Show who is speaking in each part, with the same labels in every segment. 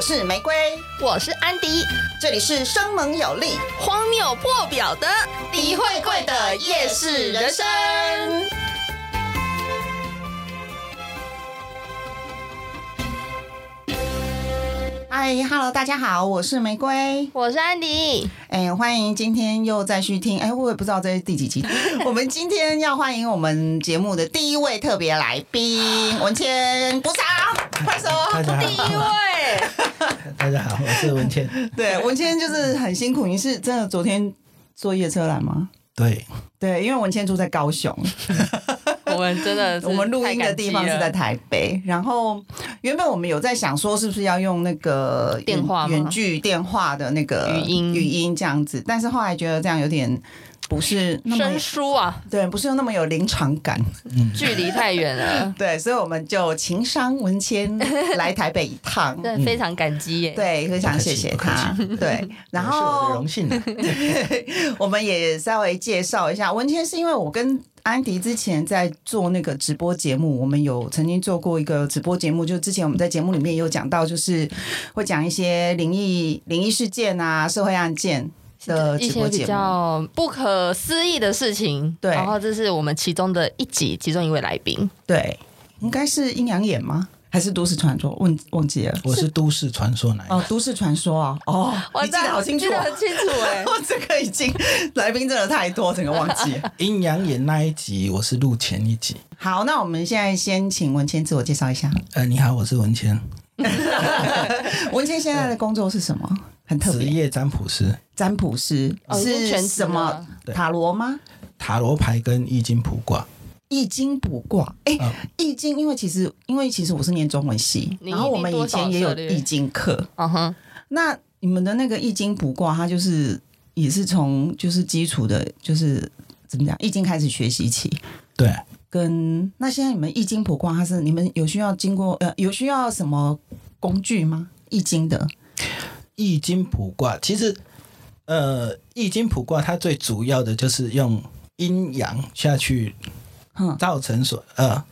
Speaker 1: 是玫瑰，
Speaker 2: 我是安迪，
Speaker 1: 这里是生猛有力、
Speaker 2: 荒谬破表的迪慧贵的夜市人生。
Speaker 1: 嗨，Hello，大哎家好，我是玫瑰。
Speaker 2: 我是安迪，
Speaker 1: 哎、欢迎今天又再续听。哎、我也不知道这是第几集。我们今天要欢迎我们节目的第一位特别来宾，文谦，鼓掌，快说。
Speaker 3: 大家
Speaker 2: 第 一
Speaker 3: 好，
Speaker 2: 位，
Speaker 3: 大家好，我是文倩。
Speaker 1: 对，文谦就是很辛苦。你是真的昨天坐夜车来吗？
Speaker 3: 对，
Speaker 1: 对，因为文谦住在高雄，
Speaker 2: 我们真的是
Speaker 1: 我们录音的地方是在台北。然后原本我们有在想说，是不是要用那个远
Speaker 2: 电话吗
Speaker 1: 远距电话的那个
Speaker 2: 语音
Speaker 1: 语音这样子，但是后来觉得这样有点不是那么
Speaker 2: 生疏啊，
Speaker 1: 对，不是那么有临场感。嗯
Speaker 2: 距离太 远了，
Speaker 1: 对，所以我们就情商文谦来台北一趟。
Speaker 2: 真的非常感激耶。
Speaker 1: 对，非常谢谢他。对，然
Speaker 3: 是我的
Speaker 1: 后
Speaker 3: 荣幸啊。
Speaker 1: 我们也稍微介绍一下文谦，是因为我跟安迪之前在做那个直播节目，我们有曾经做过一个直播节目，就之前我们在节目里面也有讲到，就是会讲一些灵异灵异事件啊、社会案件的
Speaker 2: 一
Speaker 1: 直
Speaker 2: 些
Speaker 1: 播
Speaker 2: 比
Speaker 1: 节目。
Speaker 2: 较不可思议的事情，
Speaker 1: 对
Speaker 2: 然后这是我们其中的一集，其中一位来宾，
Speaker 1: 对，应该是阴阳眼吗？还是都市传说？忘忘记了。
Speaker 3: 我是都市传说男，
Speaker 1: 哦，都市传说啊，哦，你记得好清楚、
Speaker 2: 记得
Speaker 1: 哦。。
Speaker 2: 很清楚哎
Speaker 1: 我 这个已经来宾真的太多，整个忘记了。
Speaker 3: 阴阳眼那一集我是录前一集。
Speaker 1: 好，那我们现在先请文谦自我介绍一下。
Speaker 3: 呃，你好，我是文倩，
Speaker 1: 文谦现在的工作是什么？很特
Speaker 3: 职
Speaker 1: 别，
Speaker 3: 业占卜师，
Speaker 1: 占卜师
Speaker 2: 哦已经全职
Speaker 1: 是
Speaker 2: 了
Speaker 1: 什么？
Speaker 3: 对
Speaker 1: 塔罗吗？
Speaker 3: 塔罗牌跟易经卜卦。
Speaker 1: 易经卜卦，哎、
Speaker 3: 嗯
Speaker 1: 易经，因为其实因为其实我是念中文系，
Speaker 2: 你
Speaker 1: 然后我们以前也
Speaker 2: 一
Speaker 1: 有
Speaker 2: 定多少涉猎
Speaker 1: 易经课。
Speaker 2: 嗯哼，
Speaker 1: 那你们的那个易经卜卦，它就是也是从就是基础的，就是怎么讲，易经开始学习起。
Speaker 3: 对，
Speaker 1: 跟那现在你们易经卜卦，它是你们有需要经过呃有需要什么工具吗？易经的
Speaker 3: 易经卜卦其实，呃，易经卜卦它最主要的就是用阴阳下去
Speaker 1: 嗯
Speaker 3: 造成所呃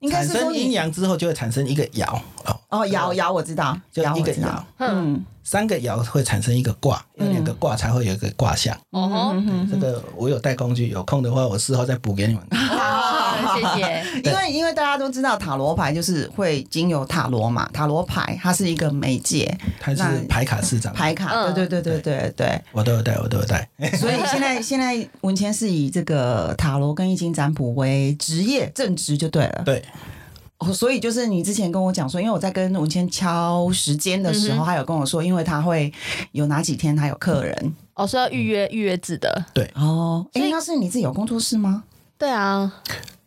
Speaker 1: 应该
Speaker 3: 产
Speaker 1: 是说
Speaker 3: 生
Speaker 1: 你
Speaker 3: 阴阳之后就会产生一个爻哦，
Speaker 1: 哦，爻爻我知道，
Speaker 3: 就
Speaker 1: 爻
Speaker 3: 一
Speaker 1: 我
Speaker 3: 个
Speaker 1: 知
Speaker 3: 爻
Speaker 1: 道，，嗯，
Speaker 3: 三个爻会产生一个卦，有两个卦才会有一个卦象。
Speaker 2: 哦吼，
Speaker 1: 嗯
Speaker 3: 对这个我有带工具，有空的话我事后再补 给你们。
Speaker 1: 嗯
Speaker 2: 好， 谢谢。
Speaker 1: 因为因为大家都知道塔罗牌就是会经由塔罗嘛，塔罗牌它是一个媒介，
Speaker 3: 它
Speaker 1: 那
Speaker 3: 是牌卡市长，
Speaker 1: 牌卡，
Speaker 2: 嗯
Speaker 1: 对对对对对
Speaker 3: 我都有带，我都有带。
Speaker 1: 对，所以现在现在文谦是以这个塔罗跟易经占卜为职业正职就对了，
Speaker 3: 对，
Speaker 1: 哦，所以就是你之前跟我讲说，因为我在跟文谦敲时间的时
Speaker 2: 嗯
Speaker 1: 候，
Speaker 2: 哼
Speaker 1: 他有跟我说，因为他会有哪几天他有客人
Speaker 2: 哦，是要预约预约制的。
Speaker 3: 嗯
Speaker 1: 哦。哎、
Speaker 2: 所以
Speaker 1: 那是你自己有工作室吗？
Speaker 2: 对啊，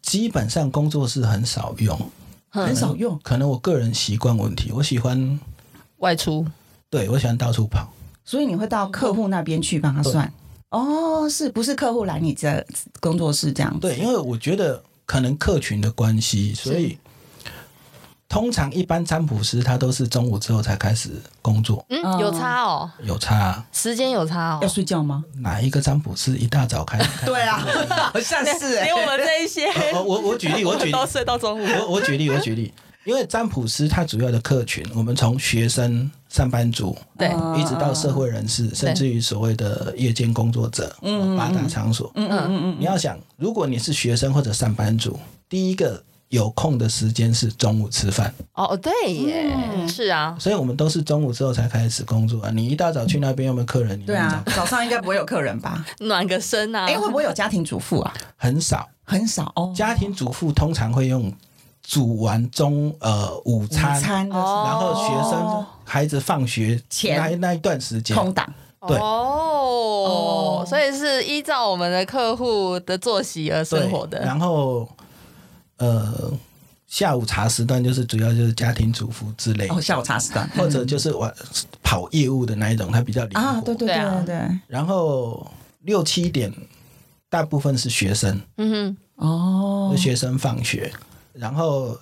Speaker 3: 基本上工作室很少用，
Speaker 2: 嗯
Speaker 1: 很少用
Speaker 3: 可能我个人习惯问题，我喜欢，
Speaker 2: 外出
Speaker 3: 对我喜欢到处跑。
Speaker 1: 所以你会
Speaker 3: 嗯
Speaker 1: 到客户那边去帮他算。哦，是不是客户来你这工作室这样子？
Speaker 3: 对，因为我觉得可能客群的关系，所以通常一般占卜师他都是中午之后才开始工作，
Speaker 2: 嗯，有差哦，
Speaker 3: 有差啊、
Speaker 2: 时间有差
Speaker 1: 要
Speaker 2: 哦。
Speaker 1: 睡觉吗？
Speaker 3: 哪一个占卜师一大早开？
Speaker 1: 对啊，好像是、哎。
Speaker 2: 们这 一些
Speaker 3: 我我我举例，我举例，
Speaker 2: 睡到中午
Speaker 3: 我我举例，我举例，因为占卜师他主要的客群，我们从学生、上班族，
Speaker 2: 对
Speaker 1: 嗯
Speaker 3: 一直到社，会人士，甚至于所谓的夜间工作者，哦
Speaker 1: 嗯
Speaker 3: 八大场所。
Speaker 1: 嗯嗯嗯嗯，
Speaker 3: 你要想，如果你是学生或者上班族，第一个有空的时间是中午吃饭，
Speaker 2: 哦，对耶，
Speaker 1: 嗯
Speaker 2: 是啊，
Speaker 3: 所以我们都是中午之后才开始工作啊。你一大早去那边有没有客人？你
Speaker 1: 对
Speaker 3: 那么
Speaker 1: 啊
Speaker 3: 早，
Speaker 1: 早上应该不会有客人 吧？
Speaker 3: 嗯
Speaker 2: 暖个身啊
Speaker 1: 哎、。会不会有家庭主妇啊？
Speaker 3: 很少。
Speaker 1: 很少哦，
Speaker 3: 家庭主妇通常会用煮完中呃午
Speaker 1: 午
Speaker 3: 餐，
Speaker 1: 餐的时候
Speaker 2: 哦
Speaker 3: 然后学生
Speaker 1: 哦
Speaker 3: 孩子放学
Speaker 1: 前
Speaker 3: 那那一段时间，
Speaker 1: 空档。
Speaker 3: 对
Speaker 2: 哦
Speaker 1: 哦，
Speaker 2: 所以是依照我们的客户的作息而
Speaker 3: 对
Speaker 2: 生活的。
Speaker 3: 然后，呃，下午茶时段就是主要就是家庭主妇之类，
Speaker 1: 哦，下午茶时段
Speaker 3: 或者就是晚跑业务的那一种，它比较灵活。
Speaker 1: 啊，对对对
Speaker 2: 对啊
Speaker 1: 对对，
Speaker 3: 然后六七点，大部分是学生，
Speaker 2: 嗯
Speaker 1: 哦
Speaker 3: 就，学生放学，然后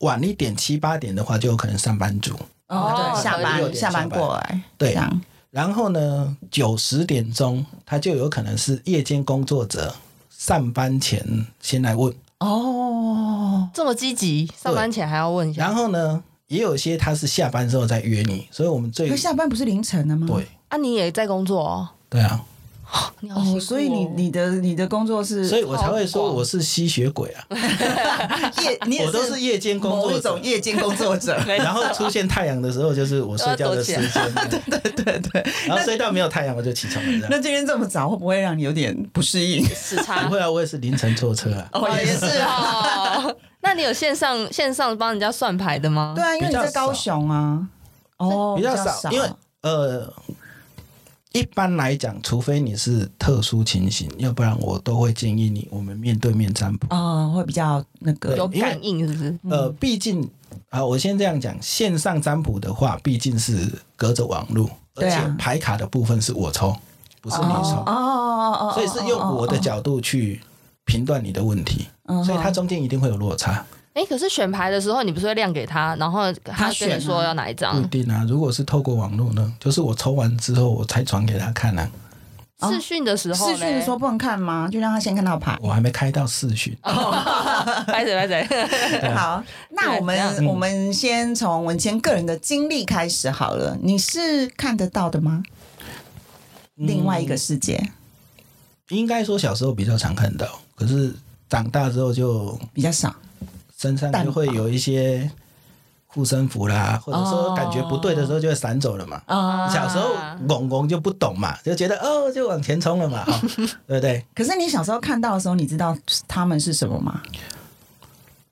Speaker 3: 晚一点七八点的话，就有可能上班族。
Speaker 1: 哦，
Speaker 2: 哦
Speaker 1: 对，下
Speaker 3: 六
Speaker 1: 班
Speaker 3: 点
Speaker 1: 下班
Speaker 3: 下班
Speaker 1: 过来，
Speaker 3: 对
Speaker 1: 这样
Speaker 3: 然后呢，九十点钟，他就有可能是夜间工作者上班前先来问。
Speaker 1: 哦
Speaker 2: 哼，，这么积极，上班前还要问一下。
Speaker 3: 然后呢，也有些他是下班之后再约你，所以我们最
Speaker 1: 可下班不是凌晨了吗？
Speaker 3: 对
Speaker 2: 啊，你也在工作哦，
Speaker 3: 对啊，
Speaker 2: 你好辛苦
Speaker 1: 哦，所以你你的你的工作是，
Speaker 3: 所以我才会
Speaker 2: 好
Speaker 3: 说
Speaker 2: 广
Speaker 3: 我是吸血鬼啊，
Speaker 1: 夜你也
Speaker 3: 我都是夜间工
Speaker 1: 某
Speaker 3: 作
Speaker 1: 一种
Speaker 3: 者。
Speaker 1: 夜间工作者。
Speaker 3: 然后出现太阳的时候，就是我睡觉的时 间。对对对然后睡到没有太阳，我就起床 了。这
Speaker 1: 那
Speaker 3: 样
Speaker 1: 今天这么早，会不会让你有点不适应？
Speaker 2: 时差
Speaker 3: 不会啊，我也是凌晨坐车啊。
Speaker 1: 哦，也是
Speaker 2: 是哦。 那你有线上线上帮人家算牌的吗？
Speaker 1: 对，啊，因为你在高雄啊，哦，
Speaker 3: 比较少，
Speaker 1: 少，
Speaker 3: 因为呃，一般来讲，除非你是特殊情形，要不然我都会建议你，我们面对面占卜。
Speaker 1: 啊会比较那个
Speaker 2: 有
Speaker 3: 对因为
Speaker 2: 感应是不是？
Speaker 3: 呃，
Speaker 1: 嗯
Speaker 3: 毕竟啊、我先这样讲，线上占卜的话，毕竟是隔着网络，而
Speaker 1: 对啊
Speaker 3: 且牌卡的部分是我抽，不是你抽
Speaker 1: 哦，哦哦，
Speaker 3: 所以是用我的角度去评断你的问题，
Speaker 1: 嗯
Speaker 3: 所以它中间一定会有落差。
Speaker 2: 哎，可是选牌的时候，你不是会亮给他，然后他跟
Speaker 1: 选
Speaker 2: 你
Speaker 1: 啊
Speaker 2: 说要哪一
Speaker 3: 不一
Speaker 2: 张？
Speaker 3: 定啊，如果是透过网络呢，就是我抽完之后我才传给他看啊，
Speaker 1: 哦
Speaker 2: 视讯的时候
Speaker 1: 视
Speaker 2: 嘞，
Speaker 1: 讯的时候不能看吗？就让他先看到牌。
Speaker 3: 我还没开到视讯。
Speaker 1: 哦
Speaker 2: 拍谁拍 谁？
Speaker 1: 好，那我
Speaker 2: 对
Speaker 3: 嗯
Speaker 1: 们我们先从文谦个人的经历开始好了。你是看得到的吗？
Speaker 3: 嗯
Speaker 1: 另外一个世界
Speaker 3: 应该说小时候比较常看到，可是长大之后就
Speaker 1: 比较少，
Speaker 3: 身上
Speaker 1: 淡
Speaker 3: 就会
Speaker 1: 薄
Speaker 3: 有一些护身符啦，或者
Speaker 2: 哦
Speaker 3: 说感觉不对的时候就会闪走了嘛。
Speaker 1: 啊
Speaker 3: 小时候拱拱就不懂嘛，就觉得哦就往前冲了 嘛，哦对不对？
Speaker 1: 可是你小时候看到的时候，你知道他们是什么吗？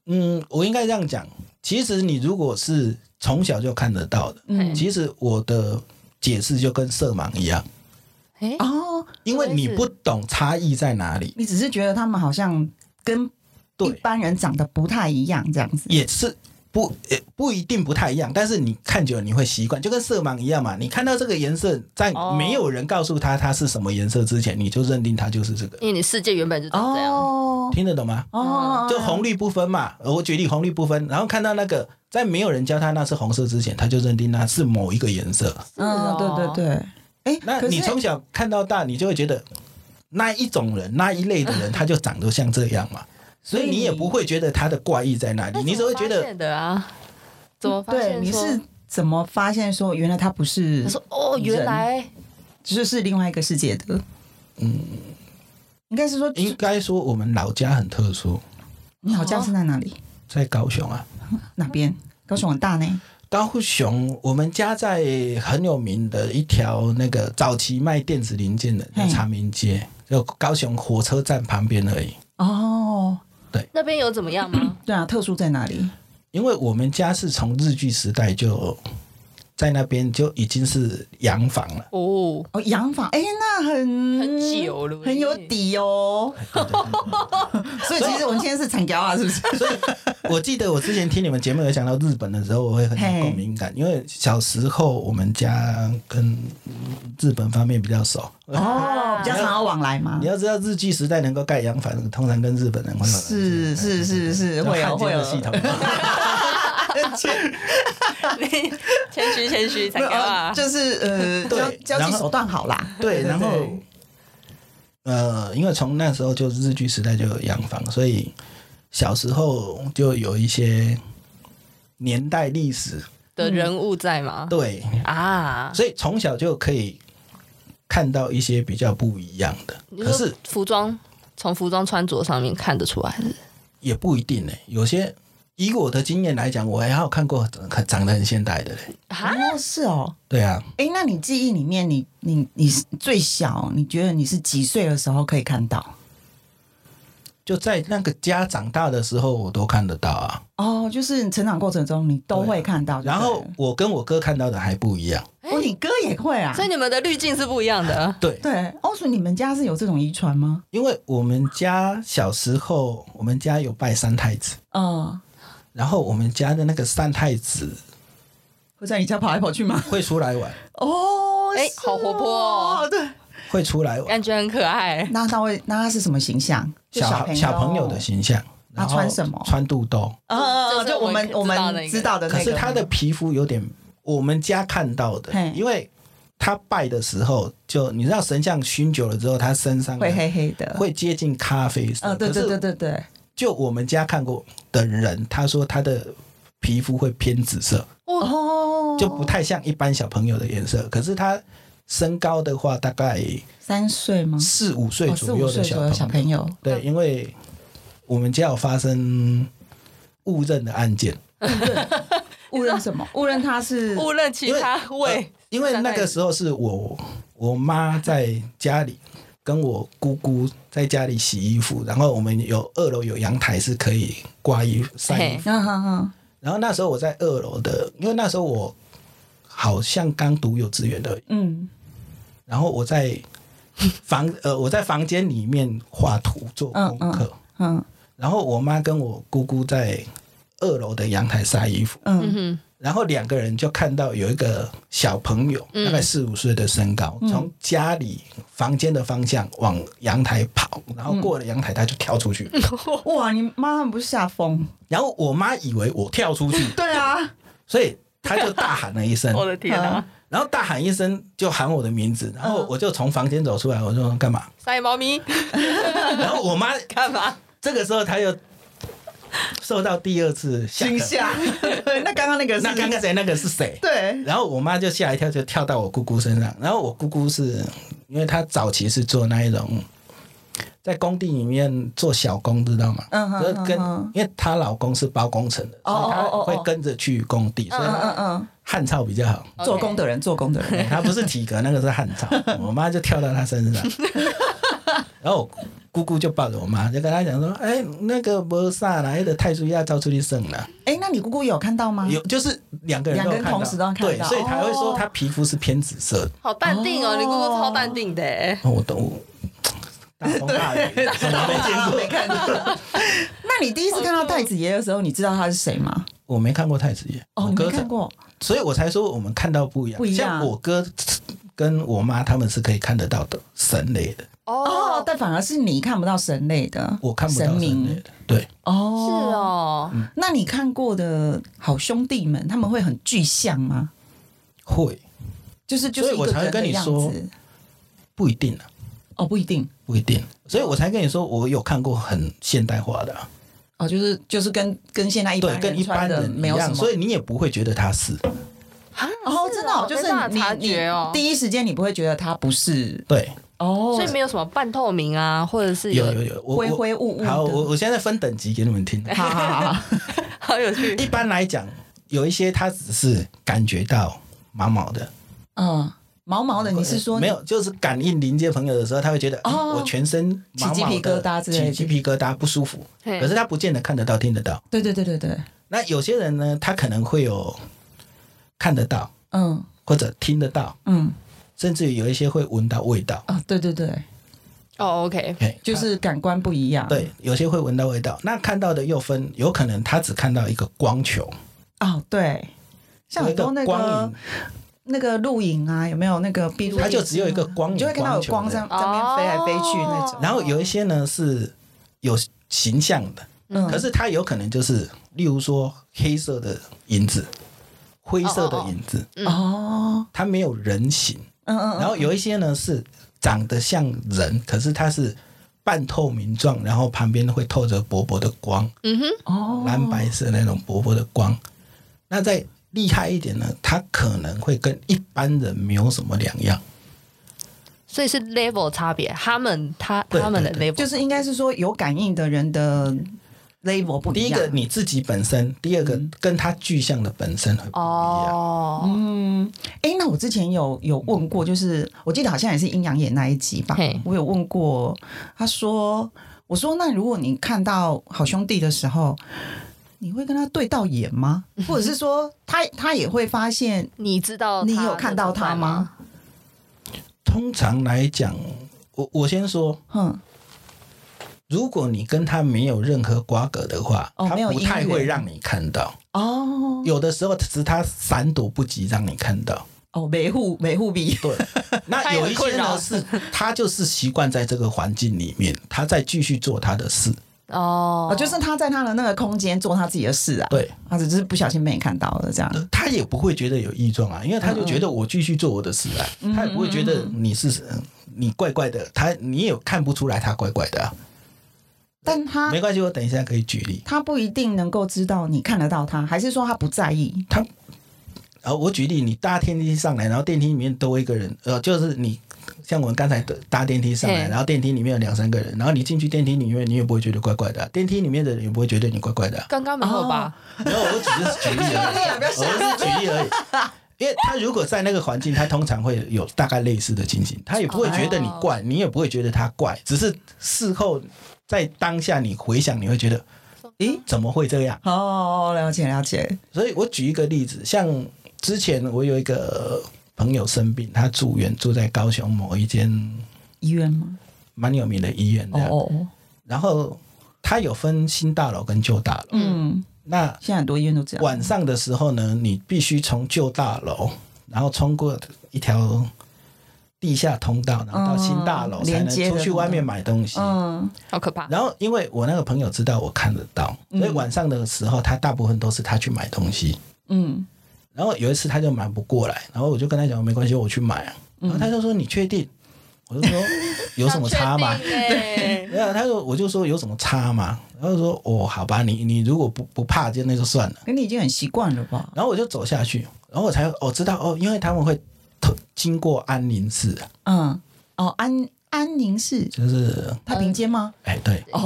Speaker 3: 嗯，我应该这样讲，其实你如果是从小就看得到的，
Speaker 2: 嗯
Speaker 3: 其实我的解释就跟色盲一样，
Speaker 2: 哎，
Speaker 1: 哦，
Speaker 3: 因为你
Speaker 2: 什么意思
Speaker 3: 不懂差异在哪
Speaker 2: 嗯
Speaker 3: 里，
Speaker 1: 你只是觉得他们好像跟一
Speaker 3: 对，
Speaker 1: 般人长得不太一样，这样子。
Speaker 3: 也是不也不一定不太一样，但是你看久了你会习惯，就跟色盲一样嘛。你看到这个颜色，在
Speaker 2: 哦
Speaker 3: 没有人告诉他它是什么颜色之前，你就认定它就是这个，
Speaker 2: 因为你世界原本就长这样，
Speaker 1: 哦
Speaker 3: 听得懂吗？
Speaker 1: 哦，
Speaker 3: 嗯就红绿不分嘛，呃我举例红绿不分，然后看到那个在没有人教他那是红色之前，他就认定那是某一个颜色。
Speaker 2: 是哦
Speaker 1: 嗯，对对对。哎，
Speaker 3: 那
Speaker 1: 可
Speaker 3: 你
Speaker 1: 是
Speaker 3: 从小看到大，你就会觉得那一种人、那一类的 人，他就长得像这样嘛，所以
Speaker 1: 所以
Speaker 3: 你也不会觉得他的怪异在哪里，
Speaker 2: 那
Speaker 3: 你只会觉
Speaker 2: 怎么发
Speaker 3: 得
Speaker 2: 现的啊？怎么发现
Speaker 1: 对
Speaker 2: 说？
Speaker 1: 你是怎么发现说原来他不是
Speaker 2: 他，说哦，原来
Speaker 1: 就是另外一个世界的？嗯，应该是说
Speaker 3: 应该说我们老家很特殊，
Speaker 1: 你好像是在哪里？
Speaker 3: 在高雄啊。
Speaker 1: 哪边？高雄很大呢。
Speaker 3: 高雄，我们家在很有名的一条那个早期卖电子零件的
Speaker 1: 嘿
Speaker 3: 叫长明街，就高雄火车站旁边而已。
Speaker 1: 哦，
Speaker 2: 那边有怎么样吗？
Speaker 1: 对啊，特殊在哪里？
Speaker 3: 因为我们家是从日据时代就在那边就已经是洋房 了，
Speaker 2: 哦，
Speaker 1: 哦，洋房，哎，那很
Speaker 2: 很久了
Speaker 1: 很有底 哦。所以其实我们现在是产胶啊，是不是？
Speaker 3: 所以我记得我之前听你们节目有讲到日本的时候，我会很有共鸣感，因为小时候我们家跟日本方面比较熟。
Speaker 1: 哦，比较常要往来嘛
Speaker 3: 你。要知道，日据时代能够盖洋房，通常跟日本人
Speaker 1: 哎
Speaker 3: 会有
Speaker 1: 是是是是，
Speaker 3: 有
Speaker 1: 会有
Speaker 3: 汉奸
Speaker 1: 会有啊
Speaker 3: 的 系统。
Speaker 2: 你 谦虚谦虚，才
Speaker 1: 没
Speaker 2: 给
Speaker 1: 有
Speaker 2: 啊
Speaker 1: 呃，就是呃，
Speaker 3: 对
Speaker 1: 交交
Speaker 3: 然
Speaker 1: 际
Speaker 3: 后
Speaker 1: 手段好啦。
Speaker 3: 对，然后
Speaker 1: 对
Speaker 3: 呃，因为从那时候就日据时代就有洋房，所以小时候就有一些年代历史，
Speaker 2: 的人物在吗？
Speaker 3: 对，
Speaker 2: 啊，
Speaker 3: 所以从小就可以看到一些比较不一样的，
Speaker 2: 你
Speaker 3: 可
Speaker 2: 说
Speaker 3: 是
Speaker 2: 服装从服装穿着上面看得出来是不是
Speaker 3: 也不一定呢、有些以我的经验来讲，我还有看过长长得很现代的嘞、
Speaker 2: 啊，
Speaker 1: 哦，是哦。
Speaker 3: 对啊，
Speaker 1: 哎，那你记忆里面，你你你是最小，你觉得你是几岁的时候可以看到？
Speaker 3: 就在那个家长大的时候，我都看得到啊。
Speaker 1: 哦，就是你成长过程中你都会看到。
Speaker 3: 然
Speaker 1: 对啊
Speaker 3: 后
Speaker 1: 不
Speaker 3: 我跟我哥看到的还不一样。
Speaker 1: 对哦，你哥也会啊
Speaker 2: 所。以你们的滤镜是不一样 的。
Speaker 3: 对，
Speaker 1: 对，哦，所以你们家是有这种遗传吗？
Speaker 3: 因为我们家小时候，我们家有拜三太子，
Speaker 1: 嗯，
Speaker 3: 然后我们家的那个三太子
Speaker 1: 会在你家跑来跑去吗？
Speaker 3: 会出来玩，
Speaker 1: 哦，
Speaker 2: 诶
Speaker 1: 是
Speaker 2: 好活泼哦
Speaker 1: 对，
Speaker 3: 会出来玩，
Speaker 2: 感觉很可爱，
Speaker 1: 那他会，那他是什么形象？就
Speaker 3: 小孩小朋友的形象。
Speaker 1: 他
Speaker 3: 然后
Speaker 1: 穿什么
Speaker 3: 穿肚兜，
Speaker 1: 呃，
Speaker 2: 就是
Speaker 1: 就我
Speaker 2: 我
Speaker 1: 们
Speaker 2: 们
Speaker 1: 我
Speaker 2: 知道的那
Speaker 1: 们
Speaker 2: 个
Speaker 1: 知道的那
Speaker 3: 可
Speaker 1: 个，
Speaker 3: 是他的皮肤有点，我们家看到的
Speaker 1: 嘿，
Speaker 3: 因为他拜的时候，就你知道神像熏久了之后，他身上
Speaker 1: 会黑黑的，
Speaker 3: 会接近咖啡色。
Speaker 1: 呃，对
Speaker 3: 可是
Speaker 1: 对对对对，
Speaker 3: 就我们家看过的人，他说他的皮肤会偏紫色，
Speaker 1: 哦，
Speaker 3: 就不太像一般小朋友的颜色。可是他身高的话，大概
Speaker 1: 三岁吗？
Speaker 3: 四五
Speaker 1: 嗯
Speaker 3: 岁
Speaker 1: 哦四
Speaker 3: 左
Speaker 1: 五
Speaker 3: 右
Speaker 1: 岁
Speaker 3: 的
Speaker 1: 左右小
Speaker 3: 小
Speaker 1: 朋
Speaker 3: 朋友，
Speaker 1: 友，
Speaker 3: 对，因为我们家有发生误认的案件，
Speaker 1: 误认什么？误认他是
Speaker 2: 误认其
Speaker 3: 因为
Speaker 2: 他位，
Speaker 3: 因为那个时候是我我妈在家里跟我姑姑在家里洗衣服，然后我们有二楼有阳台是可以挂衣服晒衣
Speaker 2: 嘿
Speaker 3: 服，
Speaker 1: 啊哈哈，
Speaker 3: 然后那时候我在二楼的，因为那时候我好像刚读幼稚园的，
Speaker 1: 嗯，
Speaker 3: 然后我在房呃我在房间里面画图做功课，
Speaker 1: 嗯
Speaker 3: 然后我妈跟我姑姑在二楼的阳台晒衣服，
Speaker 1: 嗯
Speaker 2: 嗯
Speaker 3: 然后两个人就看到有一个小朋友，大概四五岁的身高，从家里房间的方向往阳台跑，然后过了阳台他就跳出去，
Speaker 1: 哇，你妈很不是吓疯？
Speaker 3: 然后我妈以为我跳出去，
Speaker 1: 对啊，
Speaker 3: 所以她就大喊了一声
Speaker 2: 哼，， 我的天啊，
Speaker 3: 然后大喊一声就喊我的名字，然后我就从房间走出来，我就说干嘛？
Speaker 2: 晒猫咪
Speaker 3: 然后我妈
Speaker 2: 干嘛？
Speaker 3: 这个时候她又受到第二次吓
Speaker 1: 惊
Speaker 3: 到，
Speaker 1: 吓。对 那刚刚那个是
Speaker 3: 那刚刚谁那个是谁？
Speaker 1: 对，
Speaker 3: 然后我妈就吓一跳，就跳到我姑姑身上。然后我姑姑是因为她早期是做那一种在工地里面做小工，知道吗？
Speaker 1: 嗯哼
Speaker 3: 就是跟
Speaker 1: 嗯哼
Speaker 3: 因为她老公是包工程的，
Speaker 1: 哦
Speaker 3: 所以她
Speaker 1: 哦哦哦
Speaker 3: 会跟着去工地，所以
Speaker 1: 嗯
Speaker 3: 她
Speaker 1: 嗯
Speaker 3: 汗臭比较好。
Speaker 1: 嗯，做工的人，做工的人，
Speaker 3: 她不是体格，那个是汗 臭。我妈就跳到她身上，然后我姑姑就抱着我妈，就跟她讲说：“哎，那个没啥啦，那个太叔要照出去剩了。”
Speaker 1: 哎，那你姑姑有看到吗？
Speaker 3: 有就是两个人
Speaker 1: 两个
Speaker 3: 都
Speaker 1: 人
Speaker 3: 看到
Speaker 1: 同时都看
Speaker 3: 对，
Speaker 1: 到
Speaker 3: 所以才会
Speaker 1: 哦
Speaker 3: 说他皮肤是偏紫色的。
Speaker 2: 好淡定哦，你姑姑超淡定的欸，
Speaker 3: 哦，我懂，我大风 大雨，什么没见过，
Speaker 1: 看到。那你第一次看到太子爷的时候，你知道他是谁吗？
Speaker 3: 我没看过太子爷，
Speaker 1: 哦，
Speaker 3: 我
Speaker 1: 你
Speaker 3: 哥
Speaker 1: 没
Speaker 3: 才
Speaker 1: 看，过
Speaker 3: 所以我才说我们看到不一样，
Speaker 1: 不一样
Speaker 3: 像我哥跟我妈他们是可以看得到的神类的，
Speaker 1: 哦
Speaker 2: 哦，，
Speaker 1: 但反而是你看不到神类的，
Speaker 3: 我看不到
Speaker 1: 神
Speaker 3: 神类
Speaker 1: 明
Speaker 3: 的，对，
Speaker 1: 哦，
Speaker 2: 是。哦，
Speaker 1: 那你看过的好兄弟们，他们会很具象吗？
Speaker 3: 会
Speaker 1: 就是就是一
Speaker 3: 所
Speaker 1: 个
Speaker 3: 以我才
Speaker 1: 人
Speaker 3: 会跟
Speaker 1: 的
Speaker 3: 你
Speaker 1: 样
Speaker 3: 说
Speaker 1: 子。
Speaker 3: 不一定啊，
Speaker 1: 哦，不一定
Speaker 3: 不一定，所以我才跟你说我有看过很现代化的啊，
Speaker 1: 哦，就是就是跟跟现在一般
Speaker 3: 对，
Speaker 1: 人
Speaker 3: 跟一般
Speaker 1: 穿的
Speaker 3: 人一
Speaker 1: 没有什
Speaker 3: 样，
Speaker 1: 么，
Speaker 3: 所以你也不会觉得他是，
Speaker 2: 啊
Speaker 1: 哦，真的哦、就是
Speaker 2: 没办法
Speaker 1: 你
Speaker 2: 察
Speaker 1: 你
Speaker 2: 觉哦
Speaker 1: 第一时间你不会觉得他不是
Speaker 3: 对，
Speaker 1: 哦，
Speaker 2: 所以没有什么半透明啊，或者是
Speaker 3: 有有有，我
Speaker 1: 灰
Speaker 3: 我
Speaker 1: 灰雾雾的
Speaker 3: 好，我我现在分等级给你 们听。
Speaker 1: 好好好 好，
Speaker 2: 好有趣
Speaker 3: 一般来讲，有一些他只是感觉到毛毛的，
Speaker 1: 嗯，毛毛的，你是说
Speaker 3: 呃没有，就是感应临界朋友的时候，他会觉得、嗯
Speaker 1: 哦
Speaker 3: 我全身毛毛的
Speaker 1: 起鸡皮疙瘩之类的
Speaker 3: 起鸡皮疙瘩不舒服。
Speaker 2: 嘿
Speaker 3: 可是他不见得看得到、听得到。
Speaker 1: 对对对对对，
Speaker 3: 那有些人呢，他可能会有看得到
Speaker 1: 嗯
Speaker 3: 或者听得到，
Speaker 1: 嗯
Speaker 3: 甚至于有一些会闻到味道。
Speaker 1: 啊，对对对，
Speaker 2: 哦，OK，
Speaker 3: 嘿
Speaker 1: 就是感官不一样，
Speaker 3: 啊对，有些会闻到味道。那看到的又分，有可能他只看到一个光球，
Speaker 1: 哦对，像很多
Speaker 3: 有
Speaker 1: 那
Speaker 3: 一光
Speaker 1: 个
Speaker 3: 影，
Speaker 1: 那个露营啊，有没有那个闭路
Speaker 3: 它就
Speaker 1: 电视
Speaker 3: 只有一个
Speaker 1: 啊
Speaker 3: 光
Speaker 1: 你就会看到有光
Speaker 3: 光球
Speaker 1: 在在那边飞来飞去那种，
Speaker 3: 然后有一些呢是有形象的，
Speaker 1: 嗯
Speaker 3: 可是它有可能就是，例如说黑色的影子、灰色的影子，
Speaker 1: 哦，
Speaker 3: 它没有人形。
Speaker 1: 嗯嗯嗯，
Speaker 3: 然后有一些呢是长得像人，可是它是半透明状，然后旁边会透着薄薄的光，
Speaker 2: 嗯哼，
Speaker 1: 哦，
Speaker 3: 蓝白色那种薄薄的光。那再厉害一点呢，它可能会跟一般人没有什么两样。
Speaker 2: 所以是 level 差别，他们他
Speaker 3: 对
Speaker 2: 他们的
Speaker 3: 对
Speaker 2: level
Speaker 1: 就是应该是说有感应的人的 level 不
Speaker 3: 第
Speaker 1: 一
Speaker 3: 一
Speaker 1: 样。
Speaker 3: 个你自己本身，第二个跟它具象的本身会不一样。
Speaker 2: 哦，
Speaker 1: 嗯，哎、那我之前有有问过，就是我记得好像也是阴阳眼那一集吧
Speaker 2: 嘿，
Speaker 1: 我有问过，他说，我说那如果你看到好兄弟的时候，你会跟他对到眼吗？或者是说他他也会发现
Speaker 2: 你知道
Speaker 1: 你
Speaker 2: 他
Speaker 1: 有
Speaker 2: 的
Speaker 1: 看到
Speaker 2: 存在
Speaker 1: 他吗？？
Speaker 3: 通常来讲，我我先说，
Speaker 1: 哼，
Speaker 3: 如果你跟他没有任何瓜葛的话，
Speaker 1: 哦
Speaker 3: 他
Speaker 1: 没有
Speaker 3: 不
Speaker 1: 姻
Speaker 3: 太
Speaker 1: 缘
Speaker 3: 会让你看到。
Speaker 1: 哦
Speaker 3: 有的时候只是他闪躲不及让你看到。
Speaker 1: 哦，维护维护币，
Speaker 3: 对，那
Speaker 2: 他也
Speaker 3: 有
Speaker 2: 很
Speaker 3: 一
Speaker 2: 困
Speaker 3: 些
Speaker 2: 扰
Speaker 3: 呢是，他就是习惯在这个环境里面，他再继续做他 的事。
Speaker 2: 哦
Speaker 1: 哦，，就是他在他的那个空间做他自己的事啊，
Speaker 3: 对，
Speaker 1: 他只是不小心被你看到了这样。
Speaker 3: 他也不会觉得有异状啊，因为他就觉得我继续做我的事啊，
Speaker 2: 嗯
Speaker 3: 他也不会觉嗯得你是你怪怪的，他你也看不出来他怪怪的啊、
Speaker 1: 但
Speaker 2: 嗯
Speaker 1: 他
Speaker 3: 没关系，我等一下可以举例。
Speaker 1: 他不一定能够知道你看得到他，还是说他不在意？
Speaker 3: 他，啊，我举例，你搭电梯上来，然后电梯里面多一个人，呃，就是你像我们刚才的搭电梯上来，
Speaker 2: 嘿
Speaker 3: 然后电梯里面有两三个人，然后你进去电梯里面，你也不会觉得怪怪的啊、电梯里面的人也不会觉得你怪怪的啊、
Speaker 2: 刚刚没有吧？
Speaker 1: 哦
Speaker 3: 没有，我只是举例而已，我是举例而已。因为他如果在那个环境，他通常会有大概类似的情形，他也不会觉得你怪，你也不会觉得他怪，只是事后在当下你回想，你会觉得，咦，怎么会这样？
Speaker 1: 哦，了解了解，
Speaker 3: 所以我举一个例子，像之前我有一个朋友生病，他住院住在高雄某一间
Speaker 1: 医院吗？
Speaker 3: 蛮有名的医院
Speaker 1: 哦
Speaker 3: 这样，
Speaker 1: 哦哦，
Speaker 3: 然后他有分新大楼跟旧大楼，
Speaker 1: 嗯，
Speaker 3: 那
Speaker 1: 现在很多医院都这样。
Speaker 3: 晚上的时候呢，你必须从旧大楼，然后通过一条地下通道，然后到新大楼，
Speaker 1: 嗯
Speaker 3: 才
Speaker 1: 连接
Speaker 3: 能
Speaker 1: 的
Speaker 3: 出去外面买东西。
Speaker 1: 嗯，
Speaker 2: 好可怕！
Speaker 3: 然后，因为我那个朋友知道我看得到，所以晚上的时候，他大部分都是他去买东西。
Speaker 1: 嗯
Speaker 3: 然后有一次他就买不过来，然后我就跟他讲没关系，我去买啊。
Speaker 2: 嗯
Speaker 3: 然后他就说你确定？我就说哦 有什么差吗
Speaker 2: 要？确定 欸
Speaker 3: 没有，他说我就说有什么差吗？然后说哦，好吧，你你如果不不怕，就那就算了。
Speaker 1: 可你已经很习惯了吧？
Speaker 3: 然后我就走下去，然后我才我、哦、知道哦，因为他们会偷经过安宁寺，
Speaker 1: 嗯，哦，安安宁市
Speaker 3: 就是
Speaker 1: 太平间吗？
Speaker 3: 哎对
Speaker 2: 哦，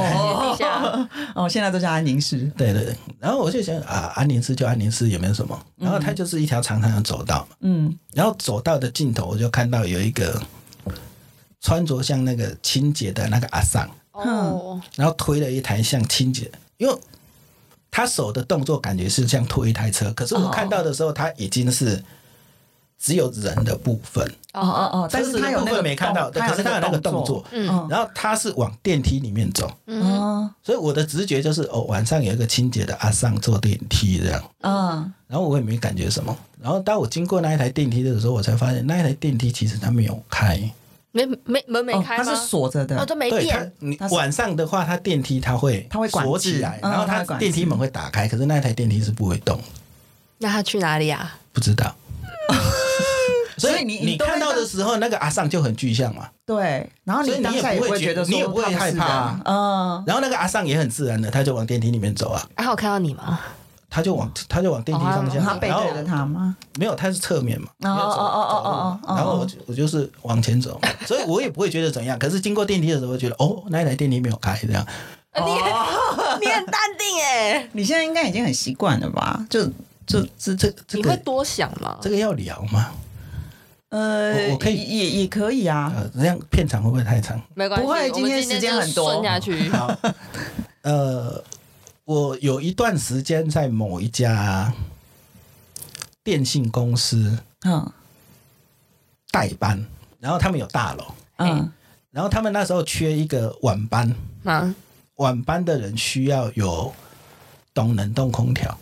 Speaker 2: 地下
Speaker 3: 呃
Speaker 1: 哦，现在都叫安宁市。
Speaker 3: 对对对，然后我就想啊，安宁寺就安宁寺，也没什么。然后它就是一条长长的走道嘛，
Speaker 1: 嗯，
Speaker 3: 然后走道的尽头我就看到有一个穿着像那个清洁的那个阿桑，
Speaker 1: 嗯
Speaker 2: 哦，
Speaker 3: 然后推了一台像清洁，因为他手的动作感觉是像推一台车，可是我看到的时候，他已经是只有人的部分。
Speaker 1: 哦哦哦，但
Speaker 3: 车
Speaker 1: 是
Speaker 3: 子
Speaker 1: 他
Speaker 3: 的
Speaker 1: 有
Speaker 3: 部
Speaker 1: 那
Speaker 3: 分
Speaker 1: 个
Speaker 3: 没看到，
Speaker 1: 动
Speaker 3: 对可是他有那个动作，，
Speaker 1: 嗯
Speaker 3: 然后他是往电梯里面走，
Speaker 2: 嗯，
Speaker 1: 哦，
Speaker 3: 所以我的直觉就是哦，晚上有一个清洁的阿尚坐电梯这样，
Speaker 1: 嗯，
Speaker 3: 然后我也没感觉什么，然后当我经过那一台电梯的时候，我才发现那一台电梯其实它没有开，
Speaker 2: 没没门没
Speaker 1: 哦
Speaker 2: 开
Speaker 1: 它
Speaker 2: 吗
Speaker 1: 是？锁着的
Speaker 2: 哦，，都没
Speaker 3: 对它
Speaker 2: 电，
Speaker 3: 你
Speaker 1: 它是
Speaker 3: 晚上的话，它电梯它会
Speaker 1: 它会管制
Speaker 3: 锁起来，
Speaker 1: 嗯
Speaker 3: 然后
Speaker 1: 它
Speaker 3: 它
Speaker 1: 会管制
Speaker 3: 电梯门会打开，可是那一台电梯是不会动，
Speaker 2: 那他去哪里啊？
Speaker 3: 不 知道。所
Speaker 1: 所以
Speaker 3: 以
Speaker 1: 你
Speaker 3: 你
Speaker 1: 你都会
Speaker 3: 看到的时候，那个阿尚就很具象嘛，
Speaker 1: 对，然后
Speaker 3: 所
Speaker 1: 你
Speaker 3: 以你
Speaker 1: 当
Speaker 3: 也
Speaker 1: 下也
Speaker 3: 不
Speaker 1: 不
Speaker 3: 会
Speaker 1: 会
Speaker 3: 觉
Speaker 1: 觉得
Speaker 3: 你也
Speaker 1: 说
Speaker 3: 不会
Speaker 1: 他
Speaker 3: 害
Speaker 1: 是
Speaker 3: 怕
Speaker 1: 人
Speaker 3: 啊
Speaker 1: 嗯，
Speaker 3: 然后那个阿尚也很自然的，他就往电梯里面走啊，
Speaker 2: 然后我看到你吗？
Speaker 3: 他就往他就往电梯方向
Speaker 1: 哦他
Speaker 3: 走，
Speaker 1: 背
Speaker 3: 然后
Speaker 1: 对着他吗？
Speaker 3: 没有，他是侧面嘛，
Speaker 1: 哦
Speaker 3: 没有走
Speaker 1: 哦哦哦哦
Speaker 3: 走
Speaker 1: 哦
Speaker 3: 路嘛然后我就我就是往前走，所以我也不会觉得怎样。可是经过电梯的时候，我觉得哦，那一台电梯没有开，这样
Speaker 2: 哦呃
Speaker 3: 哦
Speaker 2: 你很淡定哎，
Speaker 1: 你现在应该已经很习惯了吧？就就
Speaker 3: 这这这
Speaker 2: 你会
Speaker 3: 个
Speaker 2: 多想吗
Speaker 3: 这？个要聊吗？
Speaker 1: 呃，
Speaker 3: 我我可以
Speaker 1: 也也可以啊。
Speaker 3: 呃，这样片场会不会太长？
Speaker 2: 没关系，
Speaker 1: 不会
Speaker 2: 我们
Speaker 1: 今天时间很多
Speaker 2: 就顺下去。
Speaker 3: 好，呃，我有一段时间在某一家电信公司
Speaker 1: 嗯
Speaker 3: 代班，然后他们有大楼，
Speaker 1: 嗯
Speaker 3: 然后他们那时候缺一个晚班，
Speaker 2: 嗯，
Speaker 3: 晚班的人需要有懂冷冻空调，